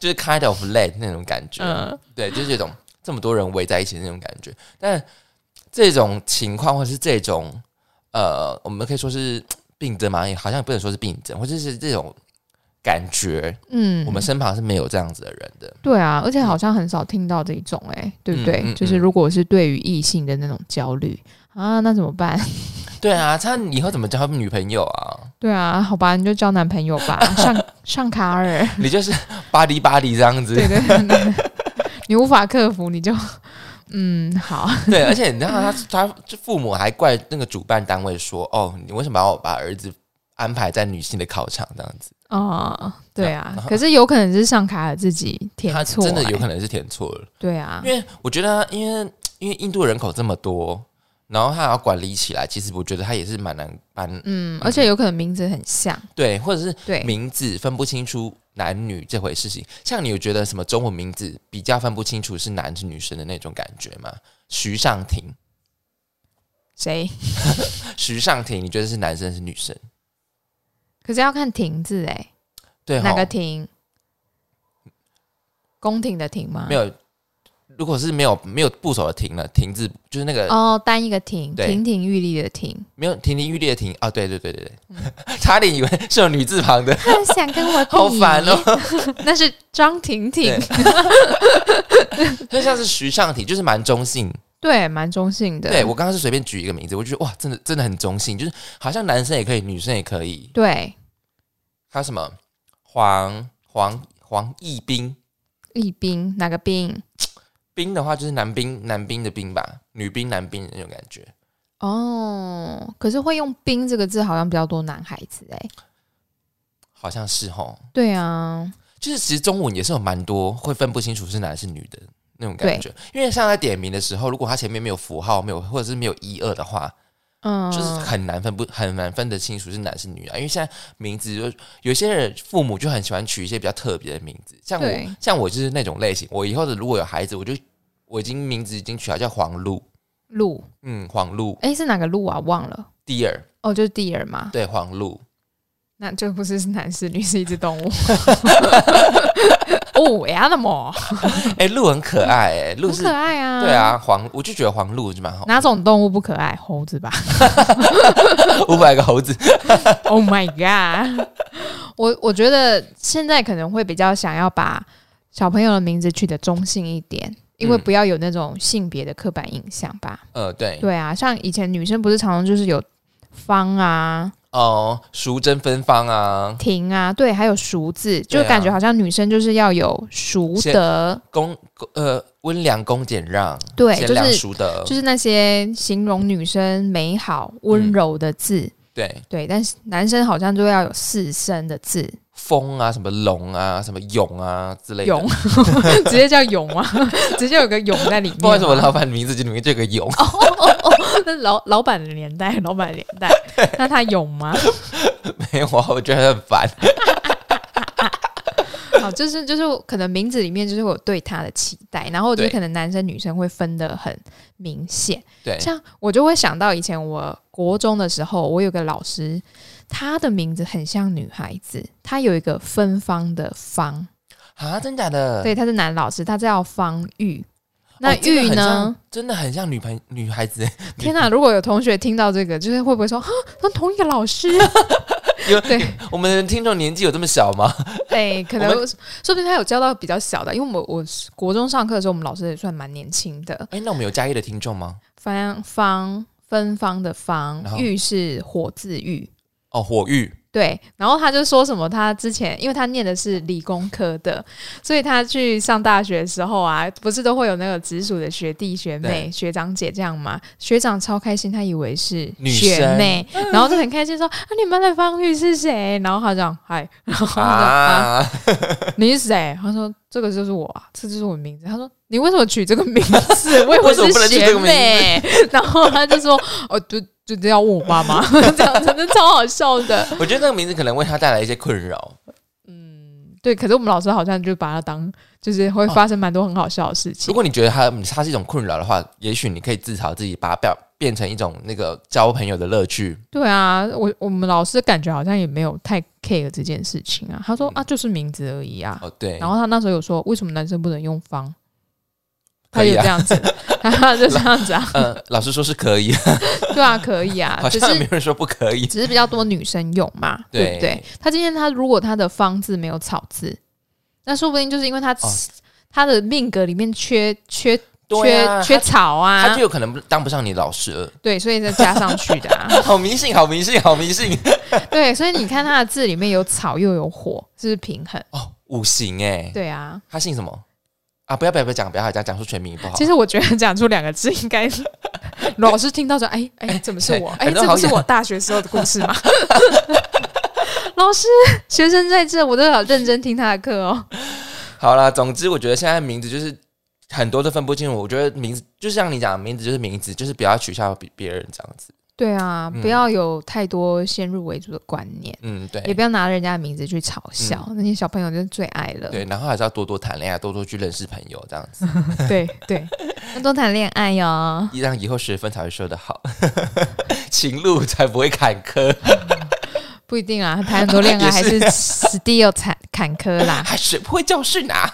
Speaker 2: 就是 kind of late 那种感觉，
Speaker 1: 嗯
Speaker 2: 对，就是这种这么多人围在一起的那种感觉。但这种情况，或是这种呃，我们可以说是病症嘛，也好像也不能说是病症，或者是这种感觉，
Speaker 1: 嗯，
Speaker 2: 我们身旁是没有这样子的人的。
Speaker 1: 对啊，而且好像很少听到这一种、诶，对不对？
Speaker 2: 嗯嗯嗯
Speaker 1: 就是如果是对于异性的那种焦虑啊，那怎么办？ (laughs)
Speaker 2: 对啊，他以后怎么交女朋友啊？
Speaker 1: 对啊，好吧，你就交男朋友
Speaker 2: (laughs)
Speaker 1: 吧，上上卡尔， (laughs)
Speaker 2: 你就是巴黎巴黎这样子
Speaker 1: 对，对对对，你无法克服，你就嗯好，
Speaker 2: (laughs) 对，而且你知道他他就父母还怪那个主办单位说，哦，你为什么要把儿子安排在女性的考场这样子？
Speaker 1: 哦，对啊，可是有可能是上卡尔自己填
Speaker 2: 他
Speaker 1: 错、欸，
Speaker 2: 真的有可能是填错了，
Speaker 1: 对啊
Speaker 2: 因，为我觉得他，因为因为印度人口这么多，然后他还要管理起来，其实我觉得他也是蛮难蛮
Speaker 1: 嗯，而且有可能名字很像，
Speaker 2: 对，或者是
Speaker 1: 对，
Speaker 2: 名字分不清楚男女这回事情。像你有觉得什么中文名字比较分不清楚是男是女生的那种感觉吗？徐尚婷，
Speaker 1: 谁？
Speaker 2: 徐尚婷，你觉得是男生是女生？
Speaker 1: 可是要看亭字哎、
Speaker 2: 对，
Speaker 1: 哪
Speaker 2: 吼
Speaker 1: 个亭？宫廷的廷吗？
Speaker 2: 没有如果是没有没有部首的停了，停字就是那个、
Speaker 1: 哦，单一个停，
Speaker 2: 对
Speaker 1: 亭亭玉立的
Speaker 2: (laughs)
Speaker 1: 亭，
Speaker 2: 没有亭亭玉立的亭啊，对对对对对， (laughs) 差点以为是有女字旁的，
Speaker 1: 他想跟我
Speaker 2: 好烦哦、
Speaker 1: (laughs) 那是张婷
Speaker 2: (laughs)
Speaker 1: 婷，
Speaker 2: 就像是徐尚婷，就是蛮中性。
Speaker 1: 对，蛮中性的，
Speaker 2: 对我刚刚是随便举一个名字，我就觉得哇，真的真的很中性，就是好像男生也可以，女生也可以。
Speaker 1: 对，
Speaker 2: 还有什么黄黄黄义兵
Speaker 1: 立冰哪个冰？
Speaker 2: 兵的话，就是男兵男兵的兵吧，女兵男兵的那种感觉。
Speaker 1: 哦，可是会用“冰”这个字，好像比较多男孩子哎、
Speaker 2: 好像是吼，
Speaker 1: 对啊，
Speaker 2: 就是其实中文也是有蛮多会分不清楚是男是女的那种感觉，因为像在点名的时候，如果它前面没有符号，没有或者是没有一二的话，
Speaker 1: 嗯，
Speaker 2: 就是很难分不很难分得清楚是男是女啊。因为现在名字就有些人父母就很喜欢取一些比较特别的名字，像我
Speaker 1: 对
Speaker 2: 像我就是那种类型，我以后的如果有孩子，我就我已经名字已经取好叫黄璐，
Speaker 1: 鹿，
Speaker 2: 嗯，黄璐
Speaker 1: 哎、是哪个鹿啊？忘了，
Speaker 2: 第二，
Speaker 1: 哦，就是地儿嘛，
Speaker 2: 对，黄璐。
Speaker 1: 那就不是是男是女，是一只
Speaker 2: (laughs)
Speaker 1: 动物。哦，animal，
Speaker 2: 哎、鹿很可爱、哎，鹿
Speaker 1: 很
Speaker 2: 是
Speaker 1: 可爱啊，
Speaker 2: 对，啊，黄，我就觉得黄鹿就蛮好，
Speaker 1: 哪种动物不可爱？猴子吧。 (laughs)
Speaker 2: 五百个猴子，
Speaker 1: Oh my god！我我觉得现在可能会比较想要把小朋友的名字取得中性一点，因为
Speaker 2: 嗯
Speaker 1: 不要有那种性别的刻板印象吧。
Speaker 2: 呃，对，
Speaker 1: 对啊，像以前女生不是常常就是有芳啊、
Speaker 2: 哦，淑珍芬芳啊，
Speaker 1: 婷啊，对，还有淑字，就
Speaker 2: 对啊
Speaker 1: 感觉好像女生就是要有淑
Speaker 2: 先
Speaker 1: 德，
Speaker 2: 公呃温良恭俭让，
Speaker 1: 对，
Speaker 2: 贤
Speaker 1: 就
Speaker 2: 良
Speaker 1: 是
Speaker 2: 淑德，
Speaker 1: 就是那些形容女生美好、温
Speaker 2: 嗯
Speaker 1: 柔的字，
Speaker 2: 对，
Speaker 1: 对。但是男生好像就要有四声的字，
Speaker 2: 风啊，什么龙啊，什么勇啊之类的。
Speaker 1: 勇，直接叫勇啊，直接有个勇啊在里面。
Speaker 2: 不管什么老板名字，就里面就有个勇， (laughs)
Speaker 1: 那是老老板的年代，老板的年代，那他勇吗？
Speaker 2: 没有啊，我觉得很烦。
Speaker 1: 好，就是就是可能名字里面就是会有对他的期待，然后我觉得
Speaker 2: 对
Speaker 1: 可能男生女生会分得很明显。
Speaker 2: 对，
Speaker 1: 像我就会想到以前我国中的时候，我有个老师，他的名字很像女孩子，他有一个芬芳的芳，
Speaker 2: 啊，真假的？
Speaker 1: 对，他是男老师，他叫方玉。
Speaker 2: 哦，
Speaker 1: 那
Speaker 2: 真的
Speaker 1: 玉
Speaker 2: 很像
Speaker 1: 呢？？
Speaker 2: 真的很像女朋女孩子， (laughs)
Speaker 1: (laughs) 天哪！如果有同学听到这个，就是会不会说啊，他同一个老师？ (laughs)
Speaker 2: 有
Speaker 1: 对，
Speaker 2: 我们的听众年纪有这么小吗？
Speaker 1: 哎、可能
Speaker 2: 我
Speaker 1: 说不定他有教到比较小的，因为我们我国中上课的时候，我们老师也算蛮年轻的。
Speaker 2: 哎、那我们有嘉义的听众吗？
Speaker 1: 方方芬芳的芳
Speaker 2: 然，后
Speaker 1: 玉是火字玉。
Speaker 2: 哦，火玉，
Speaker 1: 对，然后他就说什么，他之前因为他念的是理工科的，所以他去上大学的时候啊，不是都会有那个直属的学弟、学妹、学长姐这样嘛？学长超开心，他以为是
Speaker 2: 女
Speaker 1: 学
Speaker 2: 生 (laughs)
Speaker 1: 妹，然后就很开心说：“啊，你们的方玉是谁？”然后他讲：“嗨。”然后他说：“啊，
Speaker 2: 啊，
Speaker 1: 你是谁？他说这个就是我啊，这就是我的名字。他说你为什么取这个名字？我以
Speaker 2: 为什么
Speaker 1: 是
Speaker 2: 不能取这
Speaker 1: 学
Speaker 2: 个名字
Speaker 1: 妹。 (laughs) 然后他就说哦，就就这样问我爸妈， (laughs) 这样真的超好笑的。
Speaker 2: 我觉得那个名字可能为他带来一些困扰。
Speaker 1: 对，可是我们老师好像就把他当就是会发生蛮多很好笑的事情。
Speaker 2: 哦如果你觉得他嗯他是一种困扰的话，也许你可以自嘲自己，把它变变成一种那个交朋友的乐趣。
Speaker 1: 对啊，我我们老师感觉好像也没有太 care 这件事情啊。他说、
Speaker 2: 嗯
Speaker 1: 啊，就是名字而已啊。
Speaker 2: 哦，对，
Speaker 1: 然后他那时候有说，为什么男生不能用方？他
Speaker 2: 可以
Speaker 1: 也
Speaker 2: 啊
Speaker 1: 这样子，
Speaker 2: (laughs)
Speaker 1: 他就这样子啊，
Speaker 2: 呃，老师说是可以，
Speaker 1: 对 (laughs) 啊，可以啊，
Speaker 2: (laughs) 好
Speaker 1: 只
Speaker 2: 像
Speaker 1: 是
Speaker 2: 没有人说不可以。
Speaker 1: 只是比较多女生用嘛，
Speaker 2: 对
Speaker 1: 对不对？他今天他如果他的方字没有草字，那说不定就是因为他、
Speaker 2: 哦
Speaker 1: 他的命格里面缺缺
Speaker 2: 对
Speaker 1: 缺
Speaker 2: 啊
Speaker 1: 缺草
Speaker 2: 他
Speaker 1: 啊
Speaker 2: 就，有可能不当不上你老师了。
Speaker 1: 对，所以再加上去的啊。
Speaker 2: 好迷信，好迷信，好迷信
Speaker 1: 对，所以你看他的字里面有草又有火，是不是平衡？
Speaker 2: (laughs) 哦！五行哎，
Speaker 1: 对啊，
Speaker 2: 他姓什么啊？不要不要不要讲，不要讲，讲出全名不好。
Speaker 1: 其实我觉得讲出两个字应
Speaker 2: (laughs)
Speaker 1: 该老师听到说，哎哎，怎么是我？哎，
Speaker 2: 哎耳朵
Speaker 1: 这
Speaker 2: 好
Speaker 1: 不是
Speaker 2: 痒
Speaker 1: 我大学时候的故事
Speaker 2: (laughs)
Speaker 1: 吗？老师，学生在这，我都要认真听他的课哦。
Speaker 2: 好啦，总之我觉得现在名字就是很多都分不清楚。我觉得名字就像你讲，名字就是名字，就是不要取笑别别人这样子。
Speaker 1: 对啊，
Speaker 2: 嗯
Speaker 1: 不要有太多先入为主的观念，
Speaker 2: 嗯，对
Speaker 1: 也不要拿人家的名字去嘲笑，那些小朋友就是最爱了。
Speaker 2: 嗯对，然后还是要多多谈恋爱，多多去认识朋友，这样
Speaker 1: (laughs)
Speaker 2: 子，
Speaker 1: 对
Speaker 2: (laughs)
Speaker 1: 对，要多谈恋爱哦哟。
Speaker 2: 让 (laughs) 以后学分才会修得好，情路才不会坎坷。
Speaker 1: 不不一定啊，谈很多恋爱还是 still 坎坎坷啦。
Speaker 2: 还学不会教训啊，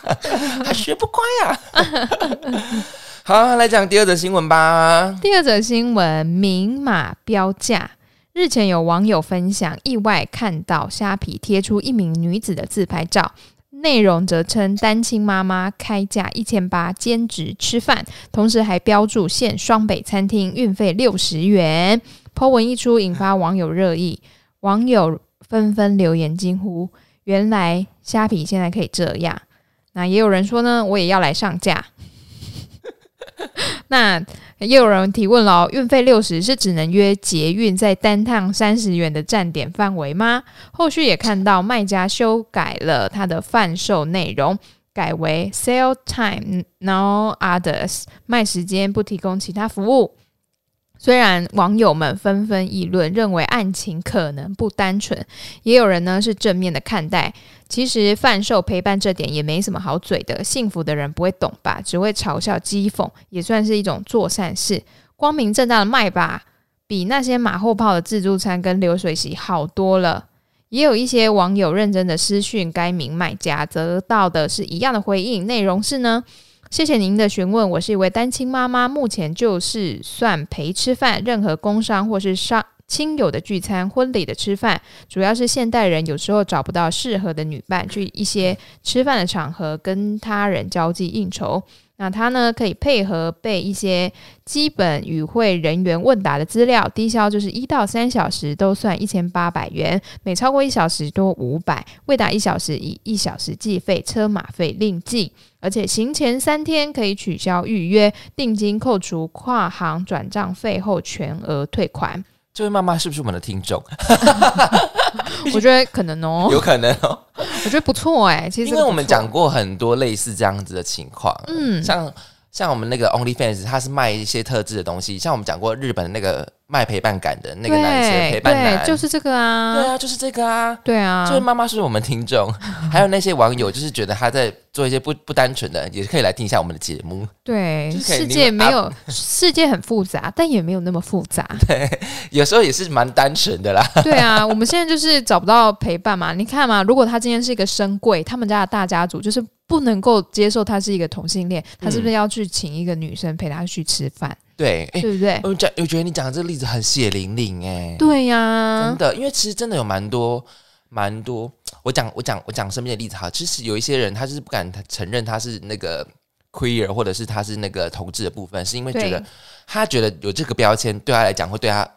Speaker 2: 还学不乖啊。 (laughs) 好，来讲第二则新闻吧。
Speaker 1: 第二则新闻：明码标价。日前有网友分享，意外看到虾皮贴出一名女子的自拍照，内容则称单亲妈妈开价一千八兼职吃饭，同时还标注现双北餐厅运费六十元。po 文一出，引发网友热议，网友纷纷留言惊呼：“原来虾皮现在可以这样！”那也有人说呢，我也要来上架。 (laughs) 那也有人提问了，运费六十是只能约捷运在单趟三十元的站点范围吗？后续也看到卖家修改了他的贩售内容，改为 sale time no others，卖时间不提供其他服务。虽然网友们纷纷议论，认为案情可能不单纯，也有人呢是正面的看待。其实贩售陪伴这点也没什么好嘴的，幸福的人不会懂吧，只会嘲笑讥讽，也算是一种做善事，光明正大的卖吧，比那些马后炮的自助餐跟流水席好多了。也有一些网友认真的私讯该名卖家，得到的是一样的回应，内容是呢。谢谢您的询问，我是一位单亲妈妈，目前就是算陪吃饭，任何工商或是商亲友的聚餐、婚礼的吃饭，主要是现代人有时候找不到适合的女伴，去一些吃饭的场合跟他人交际应酬。那他呢，可以配合备一些基本与会人员问答的资料，低消就是一到三小时都算一千八百元，每超过一小时多五百，未达一小时以一小时计费，车马费另计。而且行前三天可以取消预约，定金扣除跨行转账费后全额退款。
Speaker 2: 这位妈妈是不是我们的听众？
Speaker 1: 我觉得可能哦，
Speaker 2: 有可能哦，
Speaker 1: 我觉得不错哎、其实
Speaker 2: 因为我们
Speaker 1: 不错
Speaker 2: 讲过很多类似这样子的情况，
Speaker 1: 嗯
Speaker 2: 像像我们那个 OnlyFans，他是卖一些特制的东西，像我们讲过日本的那个卖陪伴感的那个男生
Speaker 1: 对
Speaker 2: 陪伴男，
Speaker 1: 对，就是这个
Speaker 2: 对
Speaker 1: 啊，
Speaker 2: 啊，就是这个啊。
Speaker 1: 对啊，
Speaker 2: 这位妈妈是我们
Speaker 1: (laughs)
Speaker 2: 听众，还有那些网友，就是觉得她在做一些不不单纯的，也可以来听一下我们的节目。
Speaker 1: 对，
Speaker 2: 就是可以啊
Speaker 1: 世
Speaker 2: 另
Speaker 1: 界
Speaker 2: 外
Speaker 1: 没有，世界很复杂，但也没有那么复杂。
Speaker 2: 有时候也是蛮单纯的啦。
Speaker 1: 对啊，我们现在就是找不到陪伴嘛。你看嘛，如果他今天是一个深贵，他们家的大家族就是不能够接受他是一个同性恋，他是不
Speaker 2: 嗯
Speaker 1: 是要去请一个女生陪他去吃饭，
Speaker 2: 对，哎、
Speaker 1: 对不对？
Speaker 2: 我讲，我觉得你讲的这个例子很血淋淋、哎，
Speaker 1: 对啊呀、
Speaker 2: 真的，因为其实真的有蛮多蛮多，我讲我讲我讲身边的例子哈，其实有一些人他就是不敢承认他是那个 queer，或者是他是那个同志的部分，是因为觉得
Speaker 1: 对
Speaker 2: 他觉得有这个标签对他来讲会对他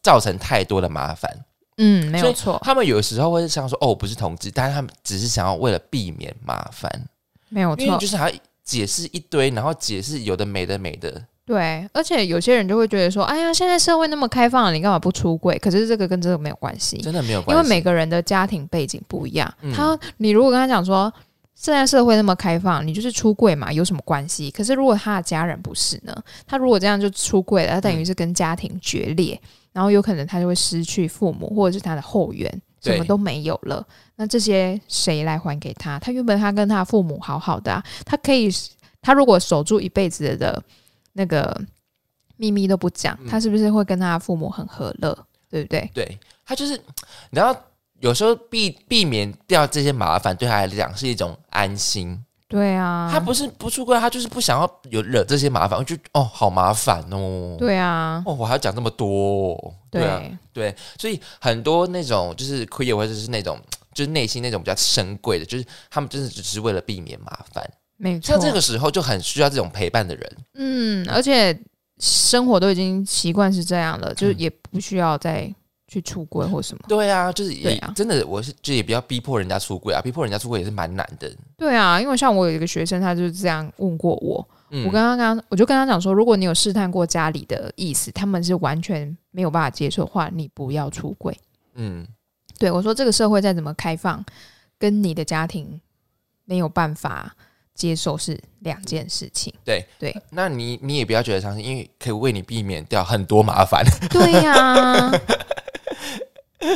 Speaker 2: 造成太多的麻烦。
Speaker 1: 嗯，没
Speaker 2: 所
Speaker 1: 有
Speaker 2: 以
Speaker 1: 错，
Speaker 2: 他们有时候会想说哦，我不是同志，但是他们只是想要为了避免麻烦，
Speaker 1: 没有
Speaker 2: 因为
Speaker 1: 错
Speaker 2: 你就，是还要解释一堆，然后解释有的没的没的，
Speaker 1: 对。而且有些人就会觉得说，哎呀，现在社会那么开放了，你干嘛不出柜？可是这个跟这个没有关系，
Speaker 2: 真的没有关
Speaker 1: 因
Speaker 2: 系。
Speaker 1: 为每个人的家庭背景不一样。
Speaker 2: 嗯
Speaker 1: 他，你如果跟他讲说，现在社会那么开放，你就是出柜嘛，有什么关系？可是如果他的家人不是呢？他如果这样就出柜了，他等于是跟家庭决裂，
Speaker 2: 嗯
Speaker 1: 然后有可能他就会失去父母或者是他的后援，
Speaker 2: 对
Speaker 1: 什么都没有了。那这些谁来还给他？他原本他跟他父母好好的、啊，他可以，他如果守住一辈子的那个秘密都不讲，
Speaker 2: 嗯
Speaker 1: 他是不是会跟他的父母很和乐？对不对？
Speaker 2: 对他就是，你知道，有时候避避免掉这些麻烦，对他来讲是一种安心。
Speaker 1: 对啊，
Speaker 2: 他不是不出柜，他就是不想要有惹这些麻烦，我就哦，好麻烦哦。
Speaker 1: 对啊，
Speaker 2: 哦，我还要讲这么多哦、
Speaker 1: 对
Speaker 2: 啊，对，所以很多那种就是 queer 或者是那种就是内心那种比较深贵的，就是他们真的只是为了避免麻烦。
Speaker 1: 没错。
Speaker 2: 像这个时候就很需要这种陪伴的人。
Speaker 1: 嗯，而且生活都已经习惯是这样了，就
Speaker 2: 嗯
Speaker 1: 也不需要再去出轨或什么。
Speaker 2: 对啊，就是也、
Speaker 1: 对啊
Speaker 2: 真的，我是就也不要逼迫人家出柜啊，逼迫人家出柜也是蛮难的。
Speaker 1: 对啊，因为像我有一个学生，他就是这样问过我，
Speaker 2: 嗯
Speaker 1: 我跟他刚我就跟他讲说，如果你有试探过家里的意思，他们是完全没有办法接受的话，你不要出轨。
Speaker 2: 嗯，
Speaker 1: 对我说，这个社会再怎么开放，跟你的家庭没有办法接受是两件事情。
Speaker 2: 那你你也不要觉得伤心，因为可以为你避免掉很多麻烦。
Speaker 1: (laughs) 对呀、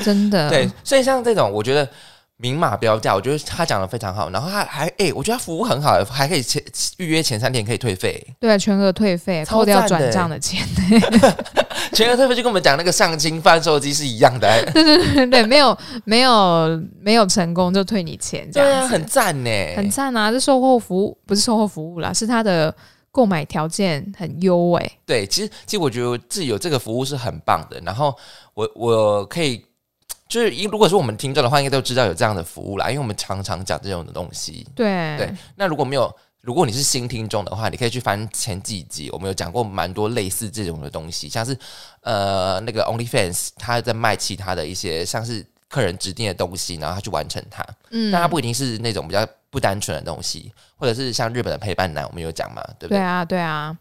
Speaker 1: 真的，嗯
Speaker 2: 对，所以像这种，我觉得明码标价，我觉得他讲的非常好，然后他还哎、我觉得他服务很好，还可以前预约前三天可以退费，
Speaker 1: 对啊，全额退费，
Speaker 2: 超
Speaker 1: 扣掉
Speaker 2: 赞
Speaker 1: 转
Speaker 2: 的欸
Speaker 1: 账的钱， (laughs)
Speaker 2: 全额退费就跟我们讲那个上金贩售机是一样的、哎
Speaker 1: 对，啊没有没有没有成功就退你钱，这
Speaker 2: 对
Speaker 1: 样
Speaker 2: 啊，
Speaker 1: 子
Speaker 2: 很赞呢、
Speaker 1: 很赞啊！这售后服务不是售后服务啦，是它的购买条件很优欸诶、
Speaker 2: 对，其实其实我觉得自己有这个服务是很棒的。然后我我可以就是，因如果是我们听众的话，应该都知道有这样的服务啦，因为我们常常讲这种的东西。
Speaker 1: 对
Speaker 2: 对，那如果没有，如果你是新听众的话，你可以去翻前几集，我们有讲过蛮多类似这种的东西，像是呃那个 OnlyFans，他在卖其他的一些像是客人指定的东西，然后他去完成它。
Speaker 1: 嗯，
Speaker 2: 但它不一定是那种比较不单纯的东西，或者是像日本的陪伴男，我们有讲嘛，对不
Speaker 1: 对啊，对啊，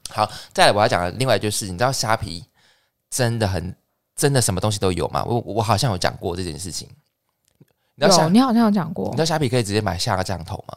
Speaker 2: 再来我要讲的另外一件事，你知道虾皮真的很真的什么东西都有吗？我我好像有讲过这件事情。你知道虾
Speaker 1: 有
Speaker 2: 你
Speaker 1: 你好像有讲过
Speaker 2: 知道虾皮可以直接买下降头吗？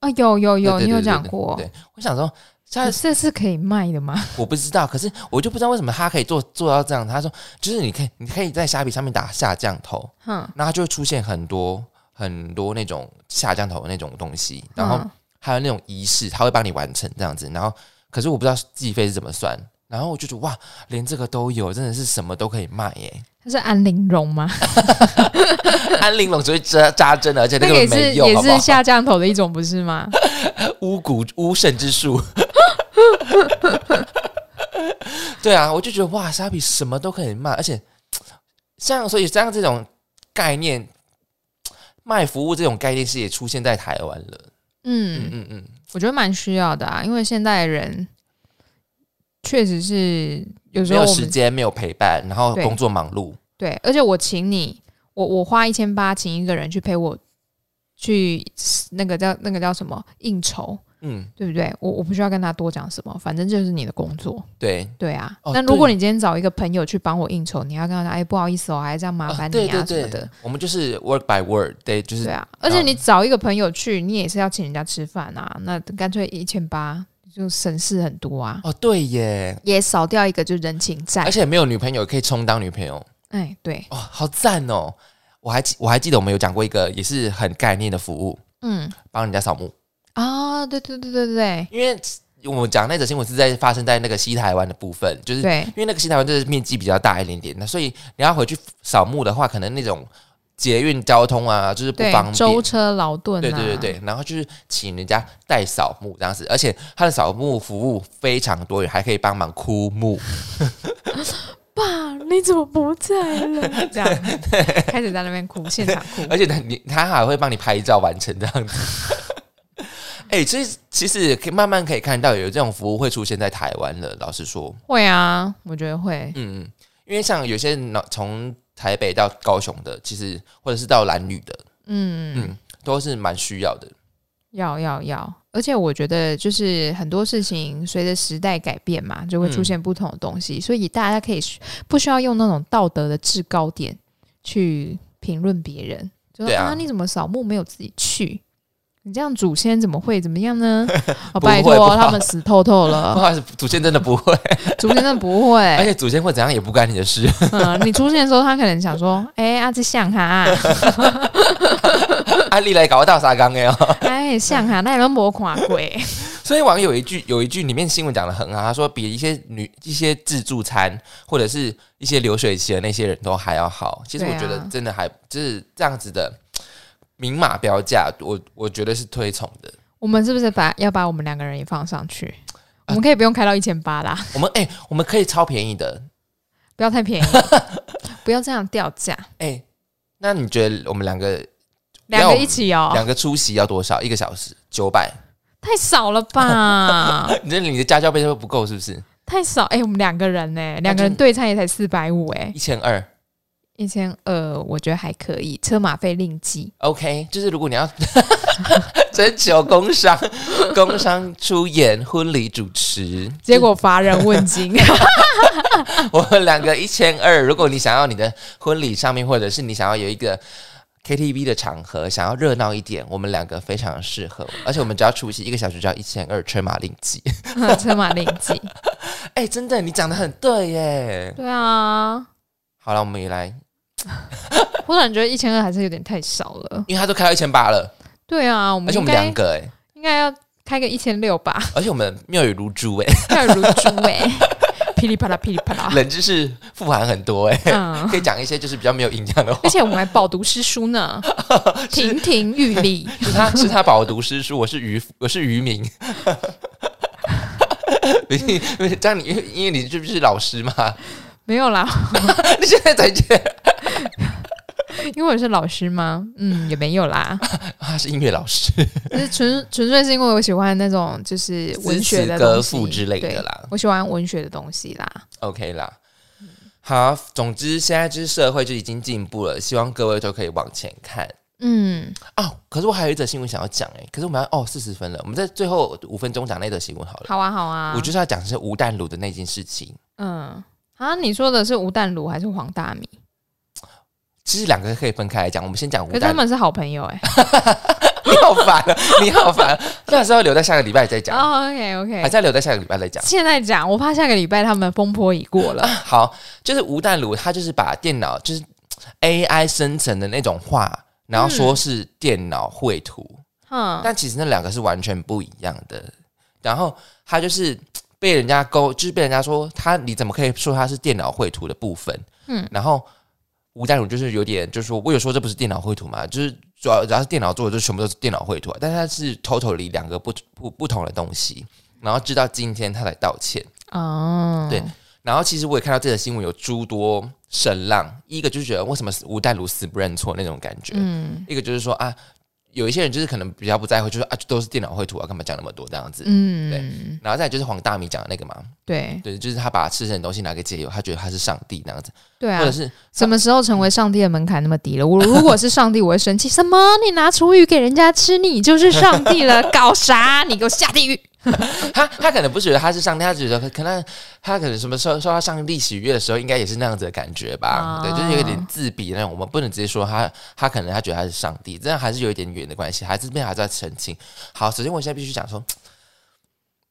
Speaker 1: 啊，有有有，
Speaker 2: 对
Speaker 1: 你有讲。
Speaker 2: 对
Speaker 1: 过
Speaker 2: 对，对对对我想说，
Speaker 1: 可
Speaker 2: 下
Speaker 1: 是这是可以卖的吗？ (laughs)
Speaker 2: 我不知道，可是我就不知道为什么他可以做做到这样。他说，就是你可以你可以在虾皮上面打下降头，
Speaker 1: 哼，
Speaker 2: 然后它就会出现很多很多那种下降头的那种东西，然后
Speaker 1: 嗯
Speaker 2: 还有那种仪式，他会帮你完成这样子。然后，可是我不知道计费是怎么算。然后我就觉得哇，连这个都有，真的是什么都可以卖 (laughs) 耶！
Speaker 1: 它是安陵容吗？
Speaker 2: 哎安玲珑只会扎扎针的，而且
Speaker 1: 那
Speaker 2: 那个
Speaker 1: 个也
Speaker 2: 没
Speaker 1: 是
Speaker 2: 有，
Speaker 1: 也
Speaker 2: 好不
Speaker 1: 是
Speaker 2: 好？
Speaker 1: 下降头的一种，不是吗？
Speaker 2: 巫蛊巫神之术。对啊，我就觉得哇，虾皮什么都可以卖，而且像所以像这种概念，卖服务这种概念是也出现在台湾了。嗯
Speaker 1: 嗯，
Speaker 2: 嗯嗯，
Speaker 1: 我觉得蛮需要的啊，因为现代人确实是有时
Speaker 2: 没
Speaker 1: 候
Speaker 2: 有
Speaker 1: 我
Speaker 2: 时
Speaker 1: 们
Speaker 2: 间，没有陪伴，然后
Speaker 1: 对
Speaker 2: 工作忙碌，
Speaker 1: 对，而且我请你，我我花一千八请一个人去陪我去那个叫那个叫什么应酬，
Speaker 2: 嗯，
Speaker 1: 对不对？我我不需要跟他多讲什么，反正就是你的工作。
Speaker 2: 对，
Speaker 1: 对啊，
Speaker 2: 哦
Speaker 1: 那如果
Speaker 2: 对
Speaker 1: 你今天找一个朋友去帮我应酬，你要跟他说，哎，不好意思哦，还这样麻烦你
Speaker 2: 对
Speaker 1: 啊、
Speaker 2: 对
Speaker 1: 什么
Speaker 2: 对
Speaker 1: 的，，
Speaker 2: 我们就是 work by word，对，就是哦
Speaker 1: 对啊。而且你找一个朋友去，你也是要请人家吃饭啊，那干脆一千八就省事很多啊，
Speaker 2: 哦，对耶，
Speaker 1: 也少掉一个就人情债
Speaker 2: 而。且没有女朋友可以充当女朋友，
Speaker 1: 哎，对，
Speaker 2: 哦，好赞哦！我还记我还记得我们有讲过一个也是很概念的服务，
Speaker 1: 嗯，
Speaker 2: 帮人家扫墓，
Speaker 1: 啊，对对对对对
Speaker 2: 因为我们讲那则新闻是在发生在那个西台湾的部分，就是
Speaker 1: 对，
Speaker 2: 因为那个西台湾就是面积比较大一点点，那所以你要回去扫墓的话，可能那种捷运交通啊，就是不
Speaker 1: 对，
Speaker 2: 方便，
Speaker 1: 舟车劳顿、啊，
Speaker 2: 对对对对，然后就是请人家代扫墓这样子，而且他的扫墓服务非常多元，还可以帮忙枯木。
Speaker 1: 爸，你怎么不在
Speaker 2: (laughs)
Speaker 1: 了？这样开始在那边哭，现场哭。
Speaker 2: 而且他你他还会帮你拍照完成这样子。 (laughs) 哎、其实其实可以慢慢可以看到有这种服务会出现在台湾了。老实说，
Speaker 1: 会啊，我觉得会。
Speaker 2: 嗯嗯，因为像有些老从台北到高雄的，其实或者是到蓝屿的，
Speaker 1: 嗯，
Speaker 2: 嗯，都是蛮需要的。
Speaker 1: 要要要。而且我觉得，就是很多事情随着时代改变嘛，就会
Speaker 2: 嗯
Speaker 1: 出现不同的东西，所以大家可以不需要用那种道德的制高点去评论别人，就说
Speaker 2: 对啊
Speaker 1: 你怎么扫墓没有自己去？你这样祖先怎么会怎么样
Speaker 2: (laughs)
Speaker 1: 呢？哦，
Speaker 2: 不会
Speaker 1: 拜
Speaker 2: 不
Speaker 1: 托，
Speaker 2: 会
Speaker 1: 他们死透透
Speaker 2: (laughs) 不哎
Speaker 1: 了，
Speaker 2: 好意思，祖先真的不会，
Speaker 1: 祖先真的不
Speaker 2: (laughs)
Speaker 1: 会。
Speaker 2: 而且祖先会怎样也不干你的事。 (laughs)
Speaker 1: 嗯，你出现的时候，他可能想说：“哎、阿、啊、这像哈、
Speaker 2: 案例啊来搞到啥刚哎哦。
Speaker 1: 哎，像哈、那人没看过。 (laughs)
Speaker 2: 所以网友有一句有一句里面新闻讲的很好，他说比一些女一些自助餐或者是一些流水席的那些人都还要好。其实我
Speaker 1: 对啊
Speaker 2: 觉得真的还、就是这样子的明码标价，我我觉得是推崇的。
Speaker 1: 我们是不是把要把我们两个人也放上去？我
Speaker 2: 呃
Speaker 1: 们可以不用开到一千八啦，
Speaker 2: 我们哎、我们可以超便宜的
Speaker 1: 不要太便 (laughs) 宜，不要这样掉价。
Speaker 2: 哎、那你觉得我们两个
Speaker 1: 两个一起哦，
Speaker 2: 两个出席要多少？一个小时九百？
Speaker 1: 太少了 (laughs) 吧？
Speaker 2: 你这你的家教费会不够是不是？
Speaker 1: 太少。哎、我们两个人呢、两个
Speaker 2: 那
Speaker 1: 人
Speaker 2: 就
Speaker 1: 对餐也才四百五，哎，
Speaker 2: 一千二
Speaker 1: 一千二，我觉得还可以，车马费另计。
Speaker 2: ？OK，就是如果你要 (laughs) 征求工商工商出演婚礼主持，
Speaker 1: 结果乏人问津。
Speaker 2: 我们两个一千二，如果你想要你的婚礼上面，或者是你想要有一个 KTV 的场合，想要热闹一点，我们两个非常适合。而且我们只要出席一个小时，只要一千二，车马令 (laughs) 吉。
Speaker 1: (laughs) 车马另计。
Speaker 2: 哎、真的，你讲的很对耶。
Speaker 1: 对啊，
Speaker 2: 好了，我们也来
Speaker 1: 我感觉一千二还是有点太少了。
Speaker 2: 因为他都开到一千八了，
Speaker 1: 对啊，我
Speaker 2: 而
Speaker 1: 们
Speaker 2: 且我
Speaker 1: 应
Speaker 2: 们
Speaker 1: 该
Speaker 2: 两个哎、
Speaker 1: 应该要开个一千六吧，
Speaker 2: 而且我们妙语如珠
Speaker 1: (laughs)
Speaker 2: 哎、
Speaker 1: 看如珠哎、 (laughs) 噼里啪啦噼里啪啦， (laughs)
Speaker 2: 冷知识富含很多哎、
Speaker 1: 嗯，
Speaker 2: 可以讲一些就是比较没有营养的话
Speaker 1: (laughs) 而。且我们还饱读诗书 (laughs) 呢，亭亭玉 (laughs) 立。
Speaker 2: 是他是他饱读诗书，我是渔夫我是
Speaker 1: (laughs)
Speaker 2: 渔民。 (laughs) 不是不是这样你，因为因为你是不是老师嘛？
Speaker 1: 没有啦，
Speaker 2: 你 (laughs) 现在才觉得
Speaker 1: (laughs) 因为我是老师吗？嗯，也没有啦，
Speaker 2: 他是音乐老师，
Speaker 1: 就是纯纯粹是因为我喜欢那种就是文学的
Speaker 2: 诗词歌
Speaker 1: 东西
Speaker 2: 赋之类的
Speaker 1: 对
Speaker 2: 啦。
Speaker 1: 我喜欢文学的东西啦。
Speaker 2: (laughs) OK 啦，好，总之现在就是社会就已经进步了，希望各位都可以往前看
Speaker 1: 嗯，
Speaker 2: 哦。可是我还有一则新闻想要讲哎、可是我们要哦四十分了，我们在最后五分钟讲那则新闻好了。
Speaker 1: 好啊，好啊。
Speaker 2: 我就是要讲是吴淡如的那件事情，
Speaker 1: 嗯啊，你说的是吴淡如还是黄大米？
Speaker 2: 其实两个可以分开来讲。我们先讲吴
Speaker 1: 可是
Speaker 2: 淡
Speaker 1: 他
Speaker 2: 如，
Speaker 1: 们是好朋友哎、
Speaker 2: 你好烦啊，你好烦啊，那是要留在下个礼拜再讲。
Speaker 1: 哦，OK
Speaker 2: 还
Speaker 1: OK，
Speaker 2: 是要留在下个礼拜再讲。
Speaker 1: 现在讲，我怕下个礼拜他们风波已过了。
Speaker 2: 好，就是吴淡如，他就是把电脑就是 AI 生成的那种画，然后说是电脑绘图，
Speaker 1: 嗯，
Speaker 2: (laughs) 但其实那两个是完全不一样的。然后他就是被人家勾，就是被人家说他你怎么可以说他是电脑绘图的部分？嗯
Speaker 1: 嗯，
Speaker 2: 然后吴淡如就是有点就是说，我有说这不是电脑绘图嘛，就是主要只要是电脑做的，就全部都是电脑绘图啊，但是他是 totally 两个不不不同的东西。然后直到今天他才道歉。
Speaker 1: 哦，
Speaker 2: 对然后其实我也看到这个新闻有诸多声浪，一个就是觉得为什么吴淡如死不认错那种感觉，
Speaker 1: 嗯
Speaker 2: 一个就是说啊，有一些人就是可能比较不在乎，就是啊都是电脑绘图啊，干嘛讲那么多这样子。
Speaker 1: 嗯，
Speaker 2: 然后再来就是黄大米讲的那个嘛，
Speaker 1: 对
Speaker 2: 对，就是他把吃剩的东西拿给解友，他觉得他是上帝那样子，
Speaker 1: 对啊
Speaker 2: 或者，是
Speaker 1: 什么时候成为上帝的门槛那么低了？我如果是上帝，我会生气。 (laughs) 什么？你拿厨余给人家吃，你就是上帝了？搞啥？你给我下地狱！
Speaker 2: 他他可能不觉得他是上帝，他只是觉得可能他可能什么时候受到上帝喜悦的时候，应该也是那样子的感觉吧？
Speaker 1: 啊
Speaker 2: 对，就是有点自比那种。我们不能直接说他，他可能他觉得他是上帝，这样还是有一点远的关系。还是这边还是要澄清。好，首先我现在必须讲说。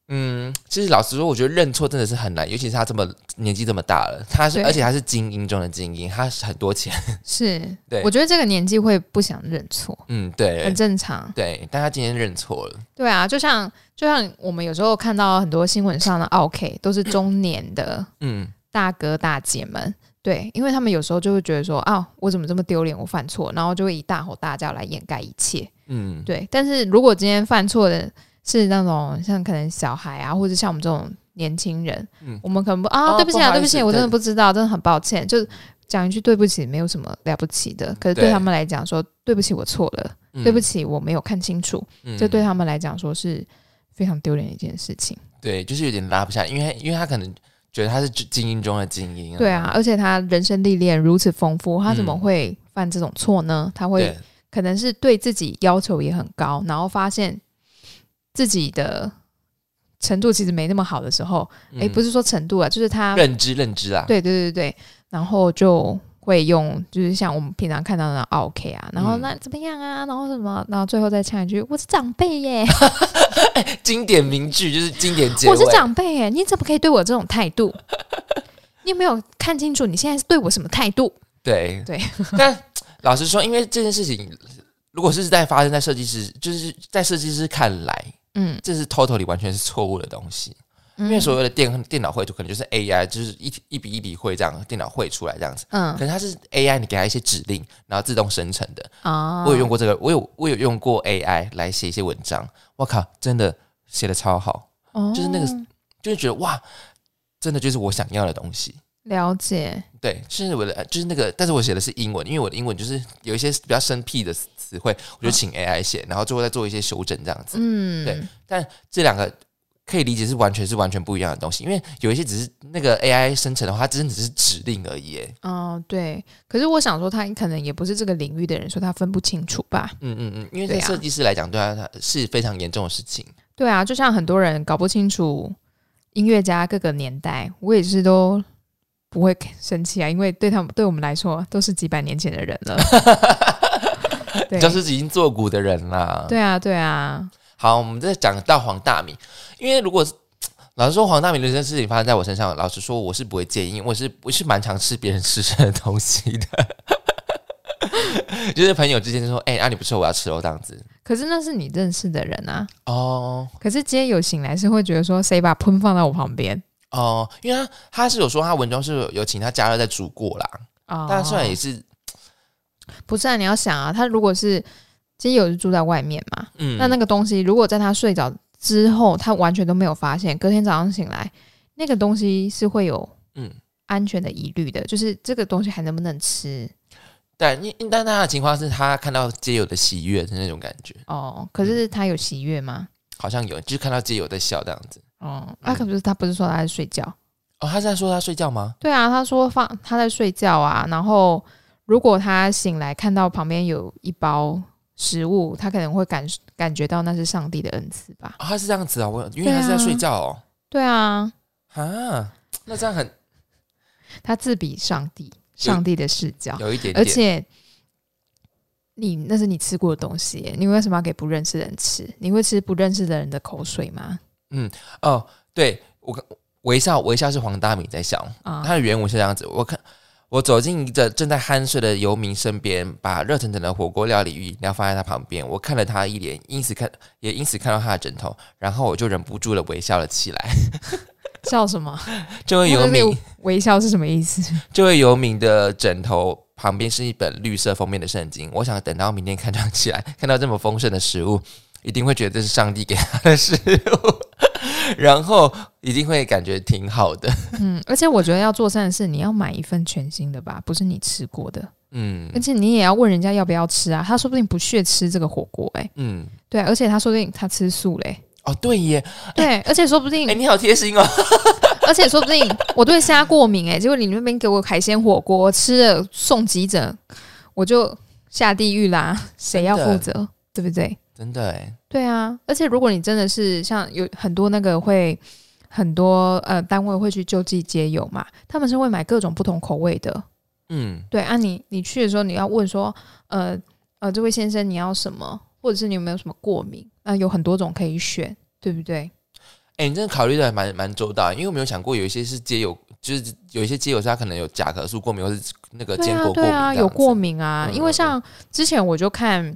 Speaker 2: 嗯，其实老实说，我觉得认错真的是很难，尤其是他这么年纪这么大了，他是
Speaker 1: 对
Speaker 2: 而且他是精英中的精英，他很多钱，
Speaker 1: 是
Speaker 2: 对，
Speaker 1: 我觉得这个年纪会不想认错，
Speaker 2: 嗯，对
Speaker 1: 很正常。
Speaker 2: 对，但他今天认错了，
Speaker 1: 对啊，就像就像我们有时候看到很多新闻上的 OK，都是中年的
Speaker 2: 嗯，
Speaker 1: 大哥大姐们，对，因为他们有时候就会觉得说啊，我怎么这么丢脸，我犯错，然后就会以大吼大叫来掩盖一切，
Speaker 2: 嗯，
Speaker 1: 对。但是如果今天犯错的是那种像可能小孩啊，或者像我们这种年轻人，
Speaker 2: 嗯
Speaker 1: 我们可能不啊，
Speaker 2: 哦
Speaker 1: 对不起
Speaker 2: 不
Speaker 1: 啊，
Speaker 2: 好意
Speaker 1: 对
Speaker 2: 思
Speaker 1: 不起，我真的
Speaker 2: 对嗯
Speaker 1: 不知道，真的很抱歉，就讲一句对不起，没有什么了不起的。可是对
Speaker 2: 对
Speaker 1: 他们来讲说，对不起，我错了，
Speaker 2: 嗯
Speaker 1: 对不，起，我没有看清楚，
Speaker 2: 嗯
Speaker 1: 这对他们来讲说是非常丢脸的一件事情。
Speaker 2: 对，就是有点拉不下，因为因为他可能觉得他是精英中的精英、
Speaker 1: 对啊，，而且他人生历练如此丰富，他怎么
Speaker 2: 嗯
Speaker 1: 会犯这种错呢？他会
Speaker 2: 对，
Speaker 1: 可能是对自己要求也很高，然后发现自己的程度其实没那么好的时候，
Speaker 2: 嗯
Speaker 1: 诶，不是说程度啊，就是他
Speaker 2: 认知认知啊，
Speaker 1: 对对对对，然后就会用就是像我们平常看到的 OK 啊，然后
Speaker 2: 嗯
Speaker 1: 那怎么样啊，然后什么，然后最后再呛一句我是长辈耶，
Speaker 2: 经典名句就是经典 (laughs) 结尾，
Speaker 1: 我是长辈耶，你怎么可以对我这种态度？ (laughs) 你有没有看清楚你现在是对我什么态度？
Speaker 2: 对
Speaker 1: 对。
Speaker 2: (laughs) 但老实说，因为这件事情，如果是在发生在设计师，就是在设计师看来，
Speaker 1: 嗯，
Speaker 2: 这是 totally 完全是错误的东西。
Speaker 1: 因
Speaker 2: 因为所谓的电电脑绘图，可能就是 AI，就是一一笔一笔绘这样，电脑绘出来这样子。
Speaker 1: 嗯
Speaker 2: 可是它是 AI，你给它一些指令，然后自动生成的。
Speaker 1: 啊，
Speaker 2: 我有用过这个，我有我有用过 AI 来写一些文章，我靠，真的写的超好。
Speaker 1: 哦，
Speaker 2: 就是那个就是觉得哇，真的就是我想要的东西。
Speaker 1: 了解，
Speaker 2: 对，就是我的，呃就是那个，但是我写的是英文，因为我的英文就是有一些比较生僻的词词汇，我就请 AI 写，然后最后再做一些修正这样子。
Speaker 1: 嗯，
Speaker 2: 对这两个可以理解是完全是完全不一样的东西，因为有一些只是那个 AI 生成的话，它真的只是指令而已。哎
Speaker 1: 哦，对。可是我想说，他可能也不是这个领域的人，说他分不清楚吧？
Speaker 2: 嗯嗯嗯，因为
Speaker 1: 对
Speaker 2: 对
Speaker 1: 啊
Speaker 2: 设计师来讲，对他他是非常严重的事情。
Speaker 1: 对啊，就像很多人搞不清楚音乐家各个年代，我也是都不会生气啊，因为对他们对我们来说都是几百年前的人
Speaker 2: (laughs)
Speaker 1: 了。对，
Speaker 2: 就是已经做古的人啦。
Speaker 1: 对啊，对啊，
Speaker 2: 好，我们再讲到黄大米，因为如果老实说黄大米的这件事情发生在我身上，老实说我是不会介意，因为我是我是蛮常吃别人吃剩的东西的。 (laughs) 就是朋友之间就说，哎、啊你不吃我要吃哦这样子。
Speaker 1: 可是那是你认识的人啊。
Speaker 2: 哦
Speaker 1: 可是街友醒来是会觉得说，谁把喷放到我旁边
Speaker 2: 哦，因为他他是有说他文章是有请他加热再煮过啦，
Speaker 1: 啊？
Speaker 2: 但虽然也是
Speaker 1: 不是啊，你要想啊，他如果是街友是住在外面嘛，
Speaker 2: 嗯，
Speaker 1: 那那个东西如果在他睡着之后，他完全都没有发现，隔天早上醒来，那个东西是会有
Speaker 2: 嗯
Speaker 1: 安全的疑虑的，就是这个东西还能不能吃
Speaker 2: 对，因因但他的情况是他看到街友的喜悦的那种感觉，
Speaker 1: 哦。可是他有喜悦吗？
Speaker 2: 好像有，就是看到街友在笑这样子。
Speaker 1: 哦，
Speaker 2: 嗯
Speaker 1: 那、可不是他不是说他在睡觉？
Speaker 2: 哦，他是在说他睡觉吗？
Speaker 1: 对啊，他说放他在睡觉啊，然后如果他醒来看到旁边有一包食物，他可能会感感觉到那是上帝的恩赐吧？
Speaker 2: 哦，他是这样子啊，我因为
Speaker 1: 对啊
Speaker 2: 他是在睡觉哦，
Speaker 1: 对啊，
Speaker 2: 啊，那这样很
Speaker 1: 他自比上帝，上帝的视角，
Speaker 2: 有一点
Speaker 1: 而
Speaker 2: 点，
Speaker 1: 且你那是你吃过的东西耶，你为什么要给不认识的人吃？你会吃不认识的人的口水吗？
Speaker 2: 哦，对我刚微笑微笑是黄大米在笑，
Speaker 1: 啊、
Speaker 2: 他的原文是这样子，我看。我走进一个正在酣睡的游民身边，把热腾腾的火锅料理与饮料放在他旁边。我看了他一眼，因此看也因此看到他的枕头，然后我就忍不住了微笑了起来。
Speaker 1: 笑什
Speaker 2: (laughs)
Speaker 1: 么？
Speaker 2: 这位游
Speaker 1: 那
Speaker 2: 民
Speaker 1: 个微笑是什么意思？ (laughs)
Speaker 2: 这位游民的枕头旁边是一本绿色封面的圣经。我想等到明天看到起来，看到这么丰盛的食物，一定会觉得这是上帝给他的食物，然后一定会感觉挺好的。 (laughs)
Speaker 1: 嗯，而且我觉得要做善事，你要买一份全新的吧，不是你吃过的。
Speaker 2: 嗯
Speaker 1: 而且你也要问人家要不要吃啊，他说不定不屑吃这个火锅哎、
Speaker 2: 嗯，
Speaker 1: 对，而且他说不定他吃素嘞、
Speaker 2: 哦对耶， (laughs)
Speaker 1: 对，而且说不定
Speaker 2: 哎、，你好贴心哦。
Speaker 1: (laughs) 而且说不定我对虾过敏哎、结果你那边给我海鲜火锅，我吃了送急诊，我就下地狱啦，谁要负责，对不对？
Speaker 2: 真的哎，
Speaker 1: 对啊，而且如果你真的是像有很多那个会。很多呃单位会去救济街友嘛，他们是会买各种不同口味的，
Speaker 2: 嗯
Speaker 1: 对啊你，你去的时候你要问说，呃呃，这位先生你要什么，或者是你有没有什么过敏？啊、有很多种可以选，对不对？
Speaker 2: 哎、你真的考虑的蛮蛮周到，因为我没有想过有一些是街友，就是有一些街友是他可能有甲壳素过敏，或是那个
Speaker 1: 对
Speaker 2: 坚
Speaker 1: 啊
Speaker 2: 果，过
Speaker 1: 对
Speaker 2: 敏、
Speaker 1: 啊，有过。敏啊，
Speaker 2: 嗯
Speaker 1: 因
Speaker 2: 嗯
Speaker 1: 为
Speaker 2: 嗯
Speaker 1: 像之前我就看，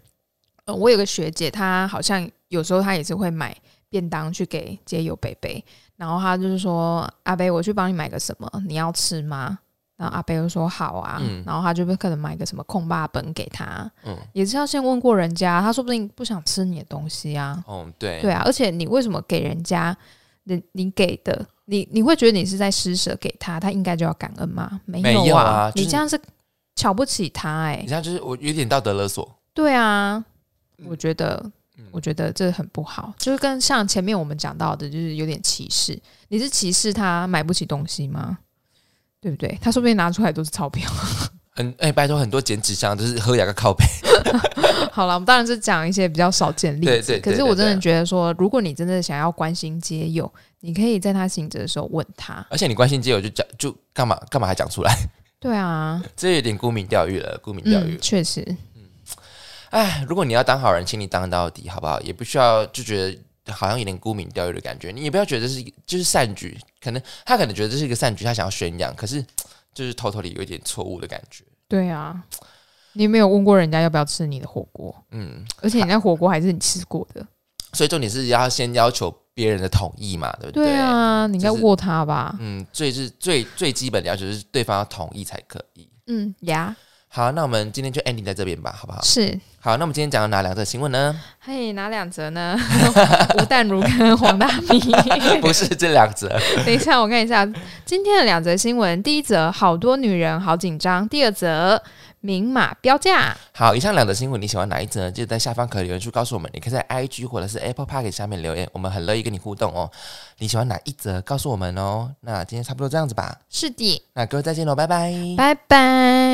Speaker 1: 呃，我有个学姐，她好像有时候她也是会买便当去给街友北北，然后她就是说阿北，我去帮你买个什么，你要吃吗？然后阿北就说好啊，
Speaker 2: 嗯
Speaker 1: 然后她就可能买个什么控霸本给她，
Speaker 2: 嗯
Speaker 1: 也是要先问过人家，她说不定不想吃你的东西啊，
Speaker 2: 哦，对
Speaker 1: 对啊，而且你为什么给人家，你你给的，你你会觉得你是在施舍给他，他应该就要感恩吗？没
Speaker 2: 没
Speaker 1: 啊，
Speaker 2: 有啊就是
Speaker 1: 你这样是瞧不起他哎、
Speaker 2: 你像就是我有点道德勒索。
Speaker 1: 对啊，
Speaker 2: 嗯
Speaker 1: 我觉得。我觉得这很不好，就是跟像前面我们讲到的，就是有点歧视。你是歧视他买不起东西吗？对不对？他说不定拿出来都是钞票。 (laughs)
Speaker 2: 很哎、拜托，很多剪纸箱就是喝两个靠背。
Speaker 1: 好了，我们当然是讲一些比较少见例子。
Speaker 2: 对对对
Speaker 1: 可是我真
Speaker 2: 对啊
Speaker 1: 的
Speaker 2: 对
Speaker 1: 觉得说，如果你真的想要关心街友，你可以在他醒着的时候问他。
Speaker 2: 而且你关心街友就讲就干嘛干嘛还讲出来， (laughs)
Speaker 1: 对啊，
Speaker 2: 这有点沽名钓誉了，沽名钓誉
Speaker 1: 嗯。确实，
Speaker 2: 哎、如果你要当好人，请你当到底，好不好？也不需要就觉得好像有点沽名钓誉的感觉，你也不要觉得这是一个就是善举，可能他可能觉得这是一个善举，他想要宣扬，可是就是偷偷里有一点错误的感觉。
Speaker 1: 对啊，你没有问过人家要不要吃你的火锅，
Speaker 2: (laughs) 嗯，
Speaker 1: 而且你那火锅还是你吃过的。
Speaker 2: 所以重点是要先要求别人的同意嘛，对不对？
Speaker 1: 对啊，你应该
Speaker 2: 就是
Speaker 1: 握他吧。
Speaker 2: 嗯，最是最最基本的要求是对方要同意才可以。
Speaker 1: 嗯，呀，
Speaker 2: 好，那我们今天就 ending 在这边吧，好不好？
Speaker 1: 是。
Speaker 2: 好，那我们今天讲了哪两则新闻呢？ (laughs)
Speaker 1: 嘿，哪两则呢？ (laughs) 吴淡如跟黄大米。
Speaker 2: (laughs) 不是这两则， (laughs)
Speaker 1: 等一下，我看一下今天的两则新闻。第一则，好多女人好紧张；第二则，明码标价。
Speaker 2: 好，以上两则新闻你喜欢哪一则呢？记得在下方可留言处告诉我们，你可以在 IG 或者是 Apple Park 下面留言，我们很乐意跟你互动哦。你喜欢哪一则？告诉我们哦。那今天差不多这样子吧，
Speaker 1: 是的，
Speaker 2: 那各位再见喽，拜拜。
Speaker 1: 拜拜。